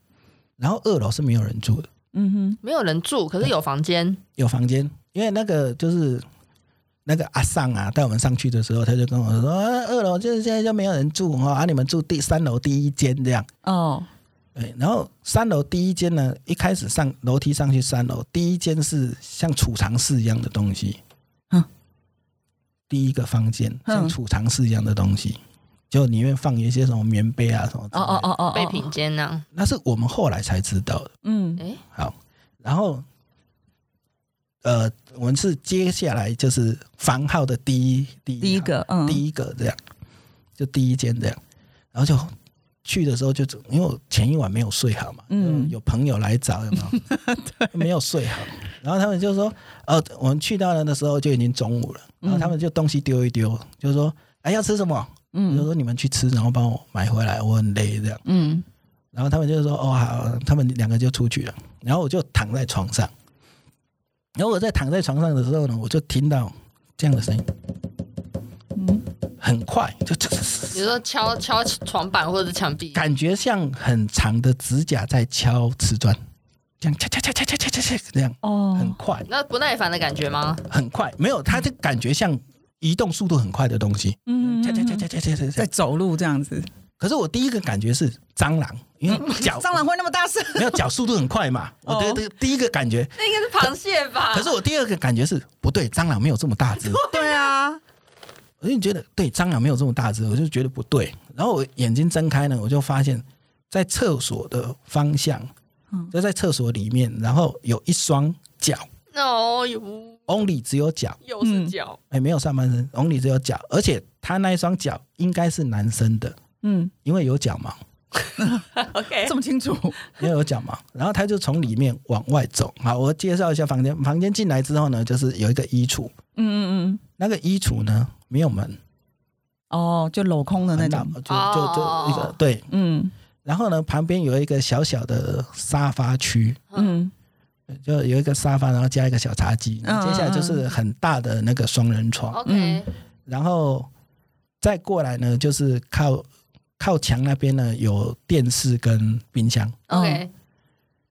Speaker 3: 然后二楼是没有人住的。
Speaker 4: 嗯哼，
Speaker 2: 没有人住，可是有房间。
Speaker 3: 有房间，因为那个就是那个阿尚啊，带我们上去的时候，他就跟我说，啊、二楼就是现在就没有人住哈，啊，你们住第三楼第一间这样。
Speaker 4: 哦，
Speaker 3: 对，哎然后三楼第一间呢，一开始上楼梯上去三楼，第一间是像储藏室一样的东西，
Speaker 4: 嗯
Speaker 3: 第一个房间像
Speaker 4: 嗯
Speaker 3: 储藏室一样的东西，就里面放一些什么棉被啊什么之
Speaker 4: 哦
Speaker 3: 类的
Speaker 4: 哦哦哦，
Speaker 2: 被品，鉴呢？
Speaker 3: 那是我们后来才知道的。
Speaker 4: 嗯
Speaker 2: 哎，
Speaker 3: 好，然后呃，我们是接下来就是房号的第一第一
Speaker 4: 第一个
Speaker 3: 号
Speaker 4: 嗯
Speaker 3: 第一个这样，就第一间这样，然后就去的时候就因为我前一晚没有睡好嘛，
Speaker 4: 嗯
Speaker 3: 嗯，有朋友来找有没有？没有睡好，然后他们就说，呃，我们去到那的时候就已经中午了，然后他们就东西丢一丢，就说，哎，要吃什么？我就
Speaker 4: 嗯嗯
Speaker 3: 说你们去吃，然后帮我买回来，我很累这样。
Speaker 4: 嗯，
Speaker 3: 然后他们就说：“哦，好。”他们两个就出去了，然后我就躺在床上。然后我在躺在床上的时候呢，我就听到这样的声音，嗯，很快就就
Speaker 2: 你说敲敲床板或者墙壁，
Speaker 3: 感觉像很长的指甲在敲瓷砖，这样敲敲敲敲敲敲敲敲这样，很
Speaker 4: 哦，
Speaker 3: 快
Speaker 2: 那不耐烦的感觉吗？
Speaker 3: 很快，没有，它就感觉像移动速度很快的东西，
Speaker 4: 嗯
Speaker 3: 敲敲敲敲敲敲敲
Speaker 4: 在
Speaker 3: 敲。
Speaker 4: 走路这样子，
Speaker 3: 可是我第一个感觉是蟑螂，因为
Speaker 4: 嗯
Speaker 3: 脚
Speaker 4: 蟑螂会那么大声？
Speaker 3: 没有脚速度很快 嘛，我的
Speaker 4: 哦啊
Speaker 3: 的第一个感觉
Speaker 2: 那应该是螃蟹吧？
Speaker 3: 可 是我第二个感觉是不对，蟑螂没有这么 大只，
Speaker 4: 对啊，
Speaker 3: 我就觉得对，蟑螂没有这么大只，我就觉得不对。然后我眼睛睁开呢，我就发现，在厕所的方向，
Speaker 4: 嗯
Speaker 3: 就在厕所里面，然后有一双脚
Speaker 2: 哦哟，
Speaker 3: ，only 只有脚，
Speaker 2: 又是脚，
Speaker 3: 哎，没有上半身，only 只有脚，而且他那一双脚应该是男生的，
Speaker 4: 嗯，
Speaker 3: 因为有脚 毛，
Speaker 2: OK，
Speaker 4: 这么清楚，
Speaker 3: 因为有脚毛。然后他就从里面往外走。好，我介绍一下房间，房间进来之后呢，就是有一个衣橱，
Speaker 4: 嗯嗯嗯，
Speaker 3: 那个衣橱呢没有门，
Speaker 4: 哦，就镂空的那
Speaker 3: 很大
Speaker 4: 种
Speaker 3: 就，就就一个
Speaker 2: 哦
Speaker 3: 对。
Speaker 4: 嗯
Speaker 3: 然后呢，旁边有一个小小的沙发区，
Speaker 4: 嗯
Speaker 3: 就有一个沙发，然后加一个小茶几。
Speaker 4: 嗯
Speaker 3: 接下来就是很大的那个双人
Speaker 2: 哦
Speaker 3: 床，
Speaker 2: OK，
Speaker 3: 然后再过来呢，就是靠靠墙那边呢有电视跟冰箱，
Speaker 4: 嗯
Speaker 2: OK，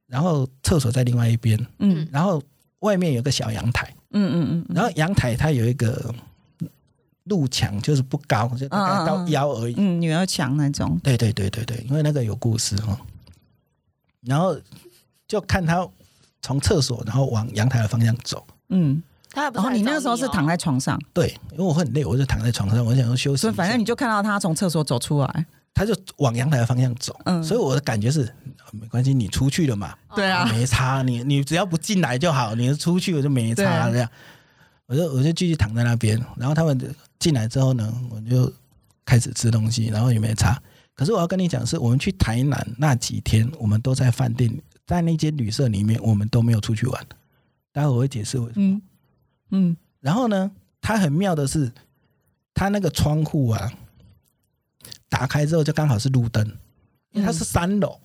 Speaker 3: 然后厕所在另外一边，
Speaker 4: 嗯
Speaker 3: 然后外面有个小阳台，
Speaker 4: 嗯嗯嗯，
Speaker 3: 然后阳台它有一个路墙就是不高，就大概到腰而已。
Speaker 4: 嗯，女儿墙那种，
Speaker 3: 对对对对对，因为那个有故事哦。然后就看他从厕所，然后往阳台的方向走。
Speaker 4: 嗯，
Speaker 2: 他也不
Speaker 4: 然后
Speaker 2: 是来
Speaker 4: 你
Speaker 2: 找
Speaker 4: 那个时候是躺
Speaker 2: 哦
Speaker 4: 在床上，
Speaker 3: 对，因为我很累，我就躺在床上，我想要休息一下。
Speaker 4: 所以反正你就看到他从厕所走出来。
Speaker 3: 他就往阳台的方向走，
Speaker 4: 嗯
Speaker 3: 所以我的感觉是啊没关系，你出去了嘛，
Speaker 4: 对啊，
Speaker 3: 没差，你你只要不进来就好，你出去我就没差
Speaker 4: 对啊
Speaker 3: 这样。我就我就继续躺在那边，然后他们进来之后呢，我就开始吃东西，然后也没差。可是我要跟你讲，是我们去台南那几天，我们都在饭店，在那间旅社里面，我们都没有出去玩。待会我会解释为什么。
Speaker 4: 嗯嗯，
Speaker 3: 然后呢，它很妙的是，它那个窗户啊，打开之后就刚好是路灯，
Speaker 4: 嗯
Speaker 3: 因为它是三楼，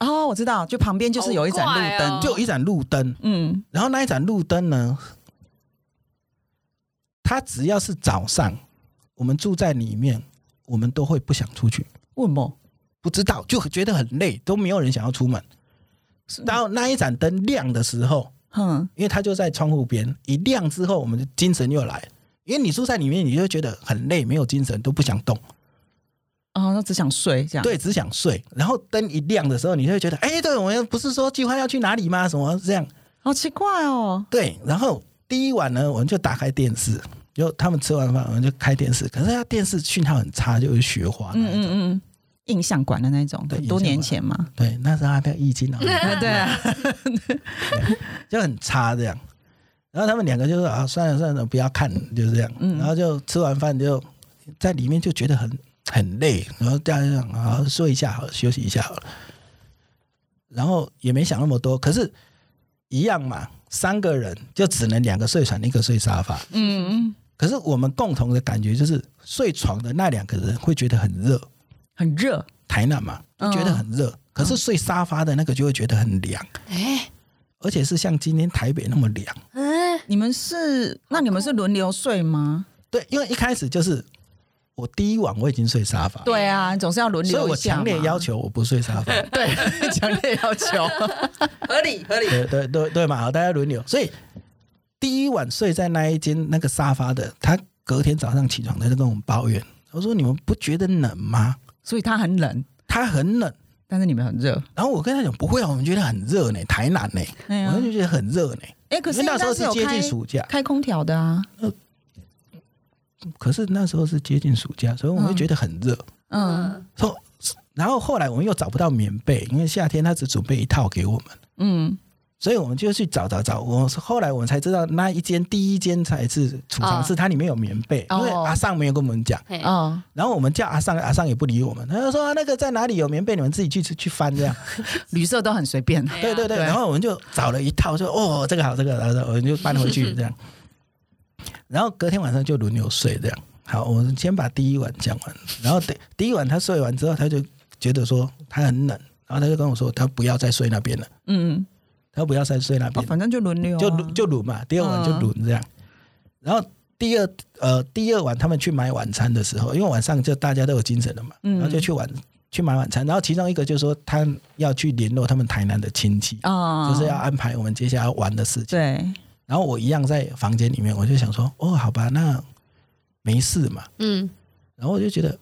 Speaker 4: 哦，我知道，就旁边就是有一盏路
Speaker 2: 好
Speaker 4: 灯，
Speaker 3: 就有一盏路灯。
Speaker 4: 嗯
Speaker 3: 然后那一盏路灯呢，它只要是早上，我们住在里面，我们都会不想出去，
Speaker 4: 问么？
Speaker 3: 不知道就觉得很累，都没有人想要出门。到那一盏灯亮的时候，
Speaker 4: 哼，
Speaker 3: 因为它就在窗户边，一亮之后，我们的精神又来了。因为你住在里面，你就觉得很累，没有精神，都不想动，
Speaker 4: 哦，那只想睡
Speaker 1: 啊
Speaker 4: 这样。，
Speaker 3: 对，只想睡。然后灯一亮的时候，你就会觉得，哎、对，我们不是说计划要去哪里吗？什么这样？
Speaker 4: 好奇怪哦。
Speaker 3: 对。然后第一晚呢，我们就打开电视，就他们吃完饭，我们就开电视。可是他电视讯号很差，就是雪花那
Speaker 4: 嗯
Speaker 3: 一种。
Speaker 4: 嗯嗯，印象馆的那种，
Speaker 3: 对
Speaker 4: 很多年前 嘛。
Speaker 3: 对，那时候还没有易经啊，
Speaker 4: 啊对啊，
Speaker 3: 就很差这样。然后他们两个就说啊，算了算了，不要看，就是这样。
Speaker 4: 嗯
Speaker 3: 然后就吃完饭就在里面就觉得很很累，然后大家就想啊睡一下好了，休息一下好了。然后也没想那么多，可是一样嘛，三个人就只能两个睡床，一个睡沙发。
Speaker 4: 嗯嗯，
Speaker 3: 可是我们共同的感觉就是，睡床的那两个人会觉得很热，
Speaker 4: 很热。
Speaker 3: 台南嘛，就觉得很热。
Speaker 4: 嗯
Speaker 3: 可是睡沙发的那个就会觉得很凉，
Speaker 2: 哎
Speaker 3: 而且是像今天台北那么凉。
Speaker 2: 嗯，
Speaker 4: 你们是那你们是轮流睡吗？
Speaker 3: 对，因为一开始就是我第一晚我已经睡沙发，，
Speaker 4: 对啊，你总是要轮
Speaker 3: 所以
Speaker 4: 流
Speaker 3: 我
Speaker 4: 一下嘛。
Speaker 3: 强烈要求我不睡 沙发，
Speaker 4: 对，强烈要求，合理合理。
Speaker 3: 对对对对嘛，好，大家轮流，所以第一晚睡在那一间那个沙发的，他隔天早上起床他就跟我们抱怨，他说你们不觉得冷吗？
Speaker 4: 所以它很冷，
Speaker 3: 他很冷，
Speaker 4: 但是你们很热。
Speaker 3: 然后我跟他讲不会啊，我们觉得很热呢，台南呢，
Speaker 4: 对啊
Speaker 3: 我们就觉得很热呢。
Speaker 4: 哎，可是
Speaker 3: 因为那时候
Speaker 4: 应该
Speaker 3: 是
Speaker 4: 有
Speaker 3: 接
Speaker 4: 开
Speaker 3: 近暑假，
Speaker 4: 开空调的啊。
Speaker 3: 可是那时候是接近暑假，所以我们会觉得很热。
Speaker 4: 嗯
Speaker 3: 说，然后后来我们又找不到棉被，因为夏天他只准备一套给我们。
Speaker 4: 嗯，
Speaker 3: 所以我们就去找找找，我后来我们才知道那一间第一间才是储藏室，它里面有棉被，
Speaker 4: 哦
Speaker 3: 因为阿尚没有跟我们讲，
Speaker 2: 嘿
Speaker 4: 哦，
Speaker 3: 然后我们叫阿尚，阿尚也不理我们，他就说、啊那个在哪里有棉被，你们自己去去去翻这样，
Speaker 4: 旅社都很随便。
Speaker 2: 哎
Speaker 3: 对啊
Speaker 2: 呀
Speaker 3: 对对，
Speaker 4: 对
Speaker 3: 然后我们就找了一套，说哦这个好这个好，然后我们就搬回 去这样，然后隔天晚上就轮流睡这样。好，我们先把第一晚讲完，然后第第一晚他睡完之后，他就觉得说他很冷，然后他就跟我说他不要再睡那边了，
Speaker 4: 嗯，
Speaker 1: 哦
Speaker 3: 他不要再睡那
Speaker 4: 哦
Speaker 3: 边了。
Speaker 4: 反正就轮流啊，
Speaker 3: 就轮就轮嘛，第二晚就轮这样。然后第二呃第二晚他们去买晚餐的时候，因为晚上就大家都有精神了嘛，然后就去晚去买晚餐。然后其中一个就说他要去联络他们台南的亲戚，
Speaker 4: 啊，
Speaker 3: 就是要安排我们接下来要玩的事情。
Speaker 4: 对，
Speaker 3: 然后我一样在房间里面，我就想说，哦，好吧，那没事嘛。
Speaker 2: 嗯，
Speaker 3: 然后我就觉得，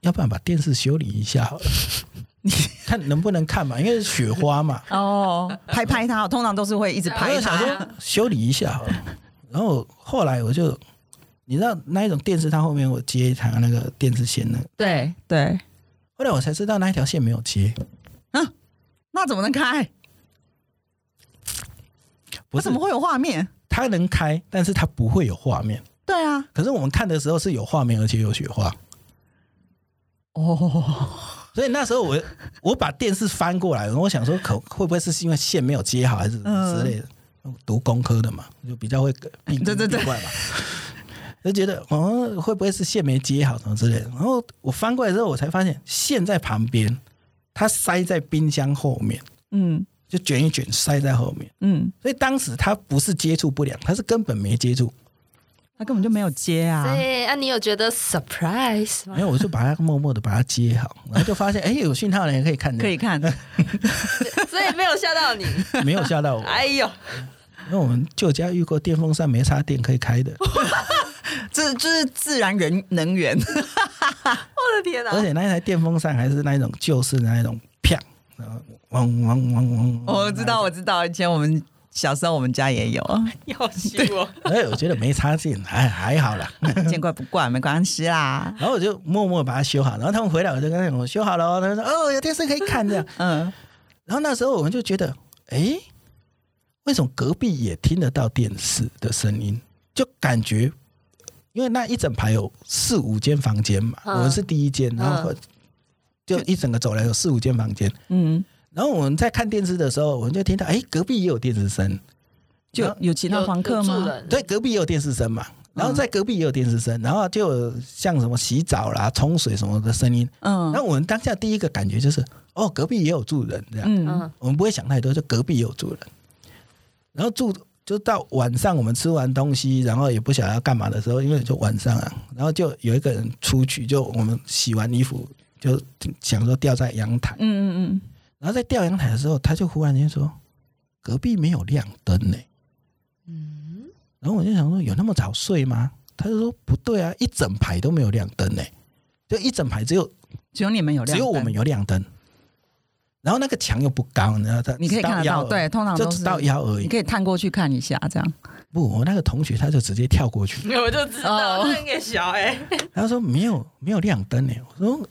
Speaker 3: 要不然把电视修理一 下好了。看能不能看嘛，因为雪 花嘛，
Speaker 4: 哦，拍拍他，通常都是会一直
Speaker 3: 我
Speaker 4: 拍
Speaker 3: 就想
Speaker 4: 他。
Speaker 3: 说修理一下好了。然后后来我就，你知道那一种电视，它后面我接一条那个电视线呢。
Speaker 4: 对对，
Speaker 3: 后来我才知道那一条线没有接，
Speaker 4: 那怎么能开？
Speaker 3: 不
Speaker 4: 那
Speaker 3: 是
Speaker 4: 怎么会有画面？
Speaker 3: 它能开，但是它不会有画面。
Speaker 4: 对啊，
Speaker 3: 可是我们看的时候是有画面，而且有雪花，
Speaker 4: 哦，
Speaker 3: 所以那时 候我我把电视翻过来，我想说可会不会是因为线没有接好，还是什么之类的。读工科的嘛，就比较会避
Speaker 4: 嗯对对对
Speaker 3: 怪嘛，就觉得哦会不会是线没接好什么之类的。然后我翻过来之后，我才发现线在旁边，它塞在冰箱后面，
Speaker 4: 嗯
Speaker 3: 就卷一卷塞在后面。
Speaker 4: 嗯，
Speaker 3: 所以当时它不是接触不良，它是根本没接触。
Speaker 4: 他根本就没有接啊。
Speaker 2: 对啊，你有觉得 surprise 吗
Speaker 3: 然？后我就把它默默的把它接好，然后就发现哎、有讯号了，可以看见，
Speaker 4: 可以看，
Speaker 2: 所以没有吓到你，
Speaker 3: 没有吓 到我。
Speaker 2: 哎呦，
Speaker 3: 因为我们旧家遇过电风扇没插电可以开的，
Speaker 1: 这就是自然人能源，
Speaker 2: 我的天哪、
Speaker 3: 而且那一台电风扇还是那一种旧式的那一种，啪，然后嗡嗡嗡嗡。
Speaker 1: 我知道，我知道，以前我们小时候我们家也有，
Speaker 2: 你好气我！
Speaker 3: 哎，我觉得没差劲，还还好啦。
Speaker 1: 见怪不怪，没关系啦。
Speaker 3: 然后我就默默把它修好，然后他们回来我就跟他讲我修好了哦，他们说哦有电视可以看这样。
Speaker 1: 嗯，
Speaker 3: 然后那时候我们就觉得，哎，为什么隔壁也听得到电视的声音？就感觉，因为那一整排有四五间房间嘛，
Speaker 2: 嗯
Speaker 3: 我们是第一间，然后就一整个走廊有四五间房间。
Speaker 1: 嗯，
Speaker 3: 然后我们在看电视的时候，我们就听到，哎，隔壁也有电视声，
Speaker 1: 就有其他房客
Speaker 2: 有住
Speaker 1: 吗？
Speaker 2: 人
Speaker 3: 对，隔壁也有电视声嘛。然后在隔壁也有电视
Speaker 1: 嗯
Speaker 3: 声，然后就有像什么洗澡啦、冲水什么的声音。
Speaker 1: 嗯
Speaker 3: 那我们当下第一个感觉就是，哦，隔壁也有住人这样。
Speaker 1: 嗯
Speaker 2: 嗯，
Speaker 3: 我们不会想太多，就隔壁也有住人。然后住就到晚上，我们吃完东西，然后也不想要干嘛的时候，因为就晚上啊，然后就有一个人出去，就我们洗完衣服就想说吊在阳台，
Speaker 1: 嗯嗯
Speaker 3: 然后在吊阳台的时候，他就忽然间说：“隔壁没有亮灯呢、
Speaker 1: 嗯
Speaker 3: 然后我就想说：“有那么早睡吗？”他就说：“不对啊，一整排都没有亮灯呢、就一整排只有
Speaker 1: 只有你们有亮
Speaker 3: 只
Speaker 1: 灯，
Speaker 3: 有我们有亮灯。”然后那个墙又不高，然后他
Speaker 1: 你可以看得到，对，通常
Speaker 3: 就
Speaker 1: 都
Speaker 3: 只
Speaker 1: 是
Speaker 3: 到腰而
Speaker 1: 你
Speaker 3: 已。
Speaker 1: 可以探过去看一下，这样。
Speaker 3: 不，我那个同学他就直接跳过去，
Speaker 2: 我就知道那个小哎，
Speaker 1: 嗯
Speaker 3: 他说没有没有亮灯呢。我说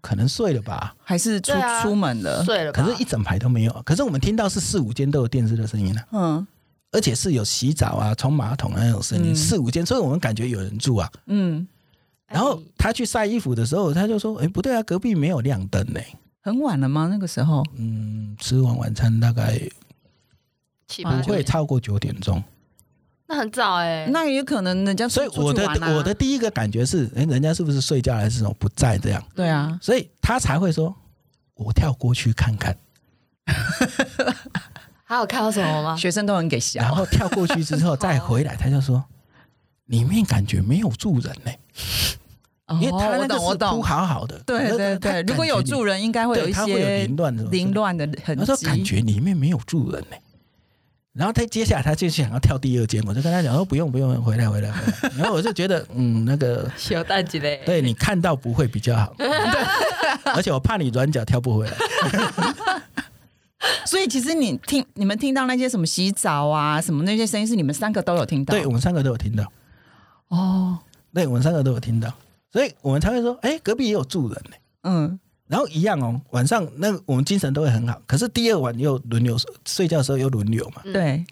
Speaker 3: 可能睡了吧，
Speaker 1: 还是出、
Speaker 2: 对啊
Speaker 1: 出门了，
Speaker 2: 睡了吧
Speaker 3: 可是一整排都没有。可是我们听到是四五间都有电视的声音啊，
Speaker 1: 嗯
Speaker 3: 而且是有洗澡啊、冲马桶那种声音，
Speaker 1: 嗯
Speaker 3: 四五间，所以我们感觉有人住啊。
Speaker 1: 嗯，
Speaker 2: 哎
Speaker 3: 然后他去晒衣服的时候，他就说：“哎，不对啊，隔壁没有亮灯呢。
Speaker 1: 很晚了吗？那个时候，”
Speaker 3: 嗯，吃完晚餐大概
Speaker 2: 七
Speaker 3: 嗯
Speaker 2: 八
Speaker 3: 不会超过九点钟，
Speaker 2: 那很早哎，
Speaker 1: 那也可能人家出
Speaker 3: 所以我的
Speaker 1: 出去玩啊
Speaker 3: 我的第一个感觉是，哎，人家是不是睡觉还是什么不在这样？
Speaker 1: 对啊，
Speaker 3: 所以他才会说：“我跳过去 看看。”
Speaker 2: 还有看到什么吗？
Speaker 1: 学生都很给笑
Speaker 3: 然，后跳过去之后再回来，他就说里面感觉没有住人呢、因为他
Speaker 1: 哦我
Speaker 3: 那个
Speaker 1: 懂我
Speaker 3: 是铺
Speaker 1: 懂，
Speaker 3: 好好的，
Speaker 1: 对
Speaker 3: 他
Speaker 1: 对对，
Speaker 3: 他感
Speaker 1: 如果有
Speaker 3: 觉
Speaker 1: 住人，应该
Speaker 3: 里
Speaker 1: 会有
Speaker 3: 对
Speaker 1: 一
Speaker 3: 他会有
Speaker 1: 些
Speaker 3: 凌乱的东西
Speaker 1: 凌，乱的痕
Speaker 3: 他说感
Speaker 1: 迹。
Speaker 3: 觉里面没有住人呢、然后他接下来他就想要跳第二间，我就跟他讲说不用不用，回来回来回来。然后我就觉得嗯那个
Speaker 2: 小蛋鸡嘞，
Speaker 3: 对你看到不会比较好，而且我怕你软脚跳不回来。
Speaker 1: 所以其实你听你们听到那些什么洗澡啊，什么那些声音，是你们三个都有听到。
Speaker 3: 对我们三个都有听到，
Speaker 1: 哦，
Speaker 3: 对我们三个都有听到，所以我们才会说哎隔壁也有住人呢、
Speaker 1: 嗯
Speaker 3: 然后一样哦，晚上那个我们精神都会很好，可是第二晚又轮流睡睡觉的时候又轮流嘛，
Speaker 2: 嗯
Speaker 1: 对，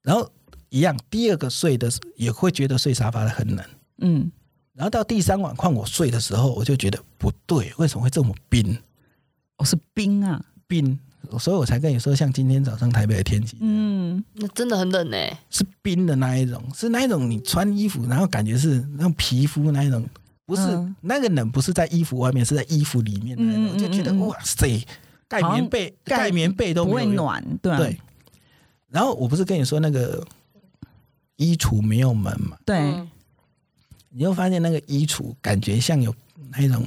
Speaker 3: 然后一样第二个睡的时也会觉得睡沙发的很冷，
Speaker 1: 嗯，
Speaker 3: 然后到第三晚换我睡的时候，我就觉得不对，为什么会这么冰
Speaker 1: 我是冰啊，
Speaker 3: 冰？所以我才跟你说，像今天早上台北的天气、
Speaker 1: 嗯，
Speaker 2: 那真的很冷哎，
Speaker 3: 是冰的那一种，是那一种你穿衣服然后感觉是那种皮肤那一种，不是、
Speaker 1: 嗯
Speaker 3: 那个冷，不是在衣服外面，是在衣服里面那一种，
Speaker 1: 嗯嗯嗯
Speaker 3: 就觉得
Speaker 1: 嗯嗯
Speaker 3: 哇塞，盖
Speaker 1: 好像
Speaker 3: 棉被
Speaker 1: 盖
Speaker 3: 盖棉被都
Speaker 1: 不
Speaker 3: 没有
Speaker 1: 会
Speaker 3: 用
Speaker 1: 暖，对啊
Speaker 3: 对。然后我不是跟你说那个衣橱没有门嘛，
Speaker 1: 对，
Speaker 2: 嗯
Speaker 3: 你就发现那个衣橱感觉像有那种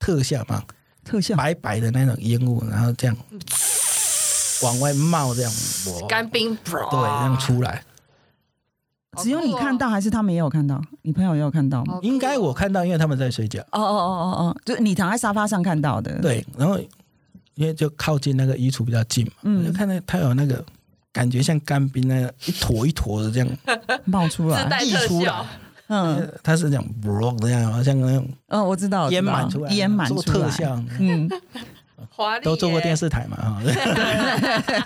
Speaker 3: 特效嘛，
Speaker 1: 特效嗯
Speaker 3: 白白的那种烟雾，然后这样往外冒，这样哇
Speaker 2: 干冰
Speaker 3: 对，这样出来。
Speaker 2: 哦
Speaker 1: 只有你看到，还是他们也有看到？你朋友也有看到吗？
Speaker 3: 应该我看到，因为他们在睡觉。
Speaker 1: 哦哦哦哦哦，就是你躺在沙发上看到的。，
Speaker 3: 对，然后因为就靠近那个衣橱比较近嘛，我就
Speaker 1: 嗯，
Speaker 3: 看到它有那个感觉像干冰那样一坨一坨的这样
Speaker 1: 冒出
Speaker 2: 自
Speaker 1: 来。
Speaker 2: 带
Speaker 3: 溢
Speaker 2: 特
Speaker 3: 出
Speaker 2: 效
Speaker 3: 来，，
Speaker 1: 嗯，
Speaker 3: 它是这样这样，好像那种
Speaker 4: 嗯
Speaker 1: 哦，我知道，我知道
Speaker 3: 烟满出来，
Speaker 1: 烟满
Speaker 3: 做
Speaker 1: 出来。
Speaker 3: 特效。
Speaker 1: 嗯，
Speaker 2: 华丽
Speaker 3: 都做过电
Speaker 2: 视，
Speaker 3: 视台嘛啊，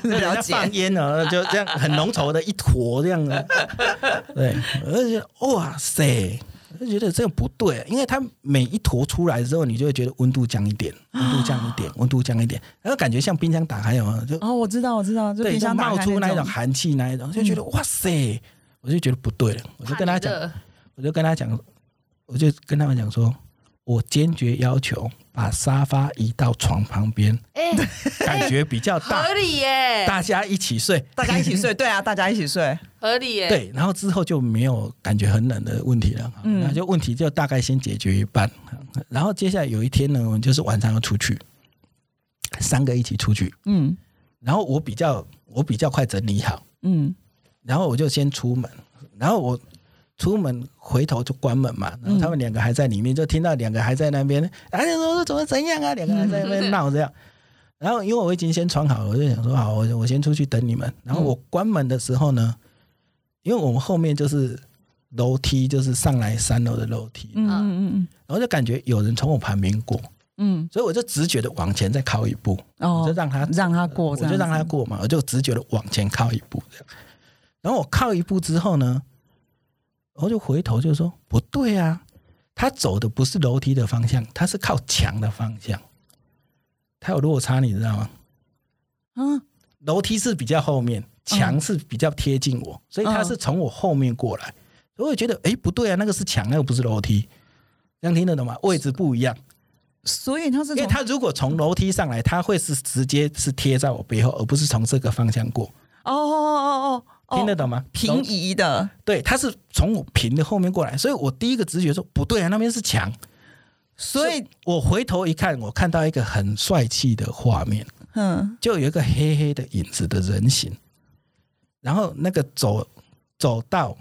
Speaker 3: 人
Speaker 1: 了
Speaker 3: 家
Speaker 1: 解。
Speaker 3: 放烟啊，就这样很浓稠的一坨这样的， 对，我就觉得哇塞，我就觉得这个不对，啊因为它每一坨出来之后，你就会觉得温度降一点，温度降一点，温度降一点，然后感觉像冰箱打开有没有就
Speaker 1: 哦，我知道，我知道，就
Speaker 3: 对，
Speaker 1: 冰
Speaker 3: 就
Speaker 1: 箱打
Speaker 3: 冒
Speaker 1: 开
Speaker 3: 出那一
Speaker 1: 那嗯
Speaker 3: 种寒气那一种，就觉得哇塞，我就觉得不对了，我就跟他讲，
Speaker 2: 怕你热
Speaker 3: 我就跟他讲，我就跟他们讲说，我坚决要求把沙发移到床旁边，
Speaker 2: 哎，
Speaker 3: 感觉比较大
Speaker 2: 合。理耶，
Speaker 3: 大家一起睡，
Speaker 1: 大家一起睡，对啊，大家一 起睡。
Speaker 2: 合理耶，
Speaker 3: 对，然后之后就没有感觉很冷的问题了，
Speaker 1: 嗯
Speaker 3: 那就问题就大概先解决一半，然后接下来有一天呢，我们就是晚上要出去，三个一起出去，
Speaker 1: 嗯
Speaker 3: 然后我比较我比较快整理好，
Speaker 1: 嗯
Speaker 3: 然后我就先出门，然后我出门回头就关门嘛，
Speaker 4: 嗯
Speaker 3: 然后他们两个还在里面，就听到两个还在那边，哎、呀，说怎么怎样
Speaker 4: 嗯
Speaker 3: 啊，两个还在那边闹这样。然后因为我已经先穿好了，我就想说好，我我先出去等你们。然后我关门的时候呢，因为我们后面就是楼梯，就是上来三楼的楼梯，
Speaker 4: 嗯嗯
Speaker 3: 然后就感觉有人从我旁边过，
Speaker 4: 嗯
Speaker 3: 所以我就直觉的往前再靠一步，
Speaker 4: 嗯，哦
Speaker 3: 我就让他
Speaker 4: 让他过，
Speaker 3: 我
Speaker 4: 这样
Speaker 3: 就
Speaker 4: 子
Speaker 3: 让他过嘛，我就直觉的往前靠一步这样。然后我靠一步之后呢，我就回头就说不对啊，他走的不是楼梯的方向，他是靠墙的方向，他有落差，你知道吗？
Speaker 4: 嗯
Speaker 3: 楼梯是比较后面，墙是比较贴近我，所以他
Speaker 4: 嗯
Speaker 3: 是从我后面过来，所以我觉得哎、诶不对啊，那个是墙，那个不是楼梯，这样听得懂吗？位置不一样，
Speaker 4: 所以他是
Speaker 3: 因为
Speaker 4: 从
Speaker 3: 他如果从楼梯上来，他会是直接是贴在我背后，而不是从这个方向过，
Speaker 4: 哦哦哦哦，
Speaker 3: 听得
Speaker 4: 懂
Speaker 3: 懂吗？
Speaker 4: 平
Speaker 3: 楼
Speaker 4: 移的，
Speaker 3: 对，他是从我平的后面过来，所以我第一个直觉说不对啊，那边是墙，
Speaker 4: 所以
Speaker 3: 我回头一看，我看到一个很帅气的画面，
Speaker 4: 嗯
Speaker 3: 就有一个黑黑的影子的人形，然后那个走走道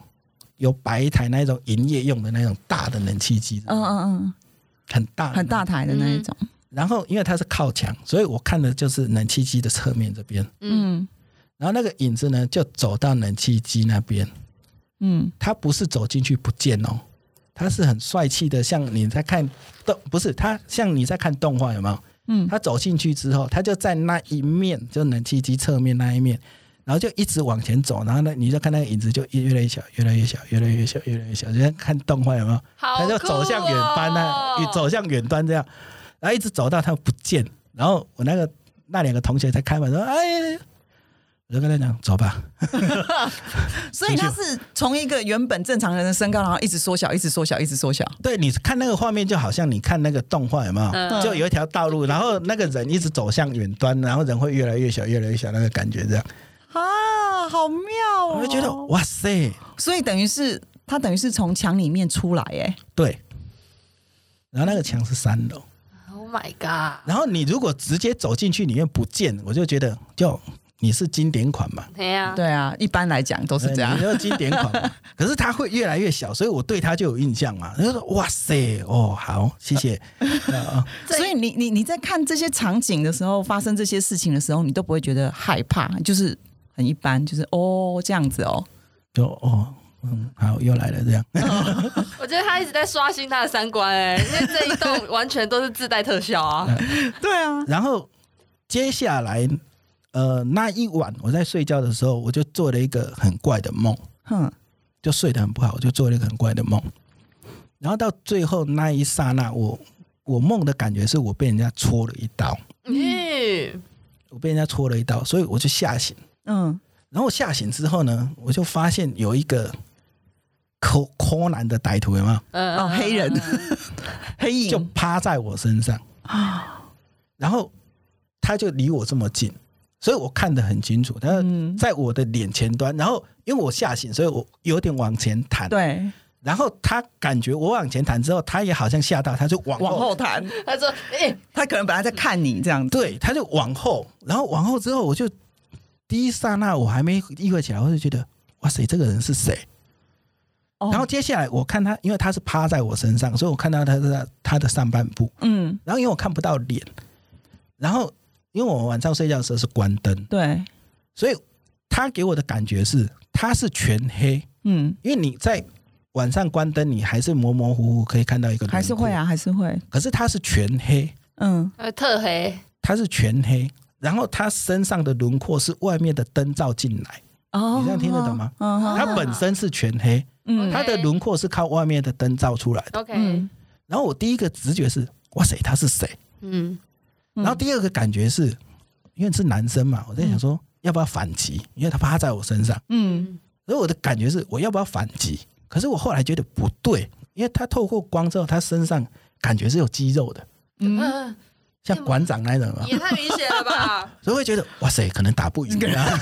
Speaker 3: 有摆一台那种营业用的那种大的冷气机，
Speaker 4: 嗯嗯
Speaker 3: 很大
Speaker 4: 嗯，很大。台的那一种，
Speaker 3: 然后因为它是靠墙，所以我看的就是冷气机的侧面这边。
Speaker 4: 嗯
Speaker 3: 然后那个影子呢，就走到冷气机那边，
Speaker 4: 嗯
Speaker 3: 他不是走进去不见哦，他是很帅气的，像你在看动，不是他像你在看动画有没有？
Speaker 4: 嗯
Speaker 3: 他走进去之后，他就在那一面，就冷气机侧面那一面，然后就一直往前走，然后呢，你就看那个影子就越来越小，越来越小，越来越小，越来越小，就像看动画有没有？
Speaker 2: 好哦
Speaker 3: 他就走向远端那，
Speaker 2: 酷哦
Speaker 3: 走向远端这样，然后一直走到他不见，然后我那个那两个同学才开门说：“哎。”我就跟他讲：“走吧。”
Speaker 4: 所以他是从一个原本正常人的身高，然后一直缩小，一直缩小，一直缩小。
Speaker 3: 对，你看那个画面，就好像你看那个动画，有没有？
Speaker 2: 嗯
Speaker 3: 就有一条道路，然后那个人一直走向远端，然后人会越来越小，越来越小，那个感觉这样，
Speaker 4: 啊，好妙哦！
Speaker 3: 我就觉得哇塞，
Speaker 4: 所以等于是他等于是从墙里面出来，哎，
Speaker 3: 对。然后那个墙是三楼，
Speaker 2: Oh my god！
Speaker 3: 然后你如果直接走进去里面不见，我就觉得就你是经典款嘛，
Speaker 2: 对呀，
Speaker 4: 对啊，一般来讲都是这样
Speaker 3: 哎你。就经典款 嘛。可是它会越来越小，所以我对它就有印象嘛。就说哇塞，哦，好，谢谢。啊
Speaker 2: 对
Speaker 4: 所以你你你在看这些场景的时候，发生这些事情的时候，你都不会觉得害怕，就是很一般，就是哦这样子哦。
Speaker 3: 就哦，嗯，好，又来了这样。
Speaker 2: 我觉得他一直在刷新他的三观哎，因为这一 栋完全都是自带特效啊。
Speaker 4: 对啊，
Speaker 3: 然后接下来，呃，那一晚我在睡觉的时候，我就做了一个很怪的梦，
Speaker 4: 哼，
Speaker 3: 就睡得很不好，我就做了一个很怪的梦。然后到最后那一刹那，我我梦的感觉是我被人家戳了一刀，
Speaker 2: 嗯，
Speaker 3: 我被人家戳了一刀，所以我就吓醒。
Speaker 4: 嗯
Speaker 3: 然后我吓醒之后呢，我就发现有一个柯柯南的歹徒有没有？
Speaker 2: 嗯
Speaker 4: 哦，黑人黑
Speaker 3: 就
Speaker 4: 影，
Speaker 3: 趴在我身上，然后他就离我这么近，所以我看得很清楚，他
Speaker 4: 嗯
Speaker 3: 在我的脸前端，然后因为我吓醒，所以我有点往前弹，
Speaker 4: 对，
Speaker 3: 然后他感觉我往前弹之后，他也好像吓到，他就往后，
Speaker 4: 往后弹，
Speaker 2: 他说：“哎，
Speaker 4: 他可能本来在看你这样子，
Speaker 3: 对，他就往后，然后往后之后，我就第一刹那我还没意会起来，我就觉得哇塞，这个人是谁？
Speaker 4: 哦
Speaker 3: 然后接下来我看他，因为他是趴在我身上，所以我看到他的他的上半部，
Speaker 4: 嗯，
Speaker 3: 然后因为我看不到脸，然后因为我晚上睡觉的时候是关灯，
Speaker 4: 对，
Speaker 3: 所以他给我的感觉是他是全黑，
Speaker 4: 嗯，
Speaker 3: 因为你在晚上关灯，你还是模模糊糊可以看到一个，
Speaker 4: 还是会，啊，还是会，
Speaker 3: 可是他是全黑，
Speaker 4: 嗯。
Speaker 2: 呃特黑，
Speaker 3: 他是全黑，然后他身上的轮廓是外面的灯照进来，
Speaker 4: 哦
Speaker 3: 你这样听得懂吗
Speaker 4: 嗯哼
Speaker 3: 他本身是全黑，
Speaker 4: 嗯
Speaker 3: 他的轮廓是靠外面的灯照出来的。
Speaker 2: OK，
Speaker 4: 嗯
Speaker 3: 然后我第一个直觉是，哇塞，他是谁？
Speaker 2: 嗯，
Speaker 3: 然后第二个感觉是，因为是男生嘛，我在想说要不要反击，因为他趴在我身上，
Speaker 4: 嗯
Speaker 3: 所以我的感觉是我要不要反击？可是我后来觉得不对，因为他透过光之后，他身上感觉是有肌肉的，
Speaker 4: 嗯，
Speaker 2: 嗯
Speaker 3: 像馆长那种啊，
Speaker 2: 也太明显了吧？
Speaker 3: 所以会觉得哇塞，可能打不赢啊。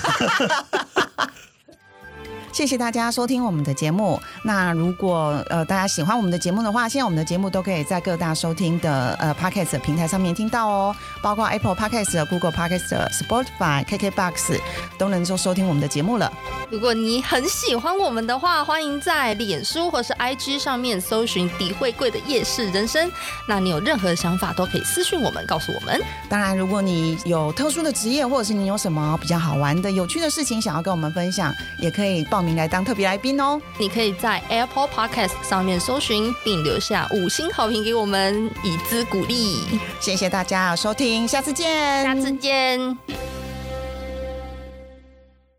Speaker 1: 谢谢大家收听我们的节目。那如果呃大家喜欢我们的节目的话，现在我们的节目都可以在各大收听的呃 Podcast 平台上面听到哦，包括 Apple Podcast、Google Podcast、Spotify、KKBox 都能够收听我们的节目了。
Speaker 2: 如果你很喜欢我们的话，欢迎在脸书或是 IG 上面搜寻“底会贵的夜市人生”。那你有任何想法都可以私讯我们，告诉我们。
Speaker 1: 当然，如果你有特殊的职业，或者是你有什么比较好玩的、有趣的事情想要跟我们分享，也可以报名来当特别来宾哦。
Speaker 2: 你可以在 Apple Podcast 上面搜寻，并留下五星好评给我们，以资鼓励。
Speaker 1: 谢谢大家的收听，下次见，
Speaker 2: 下次见。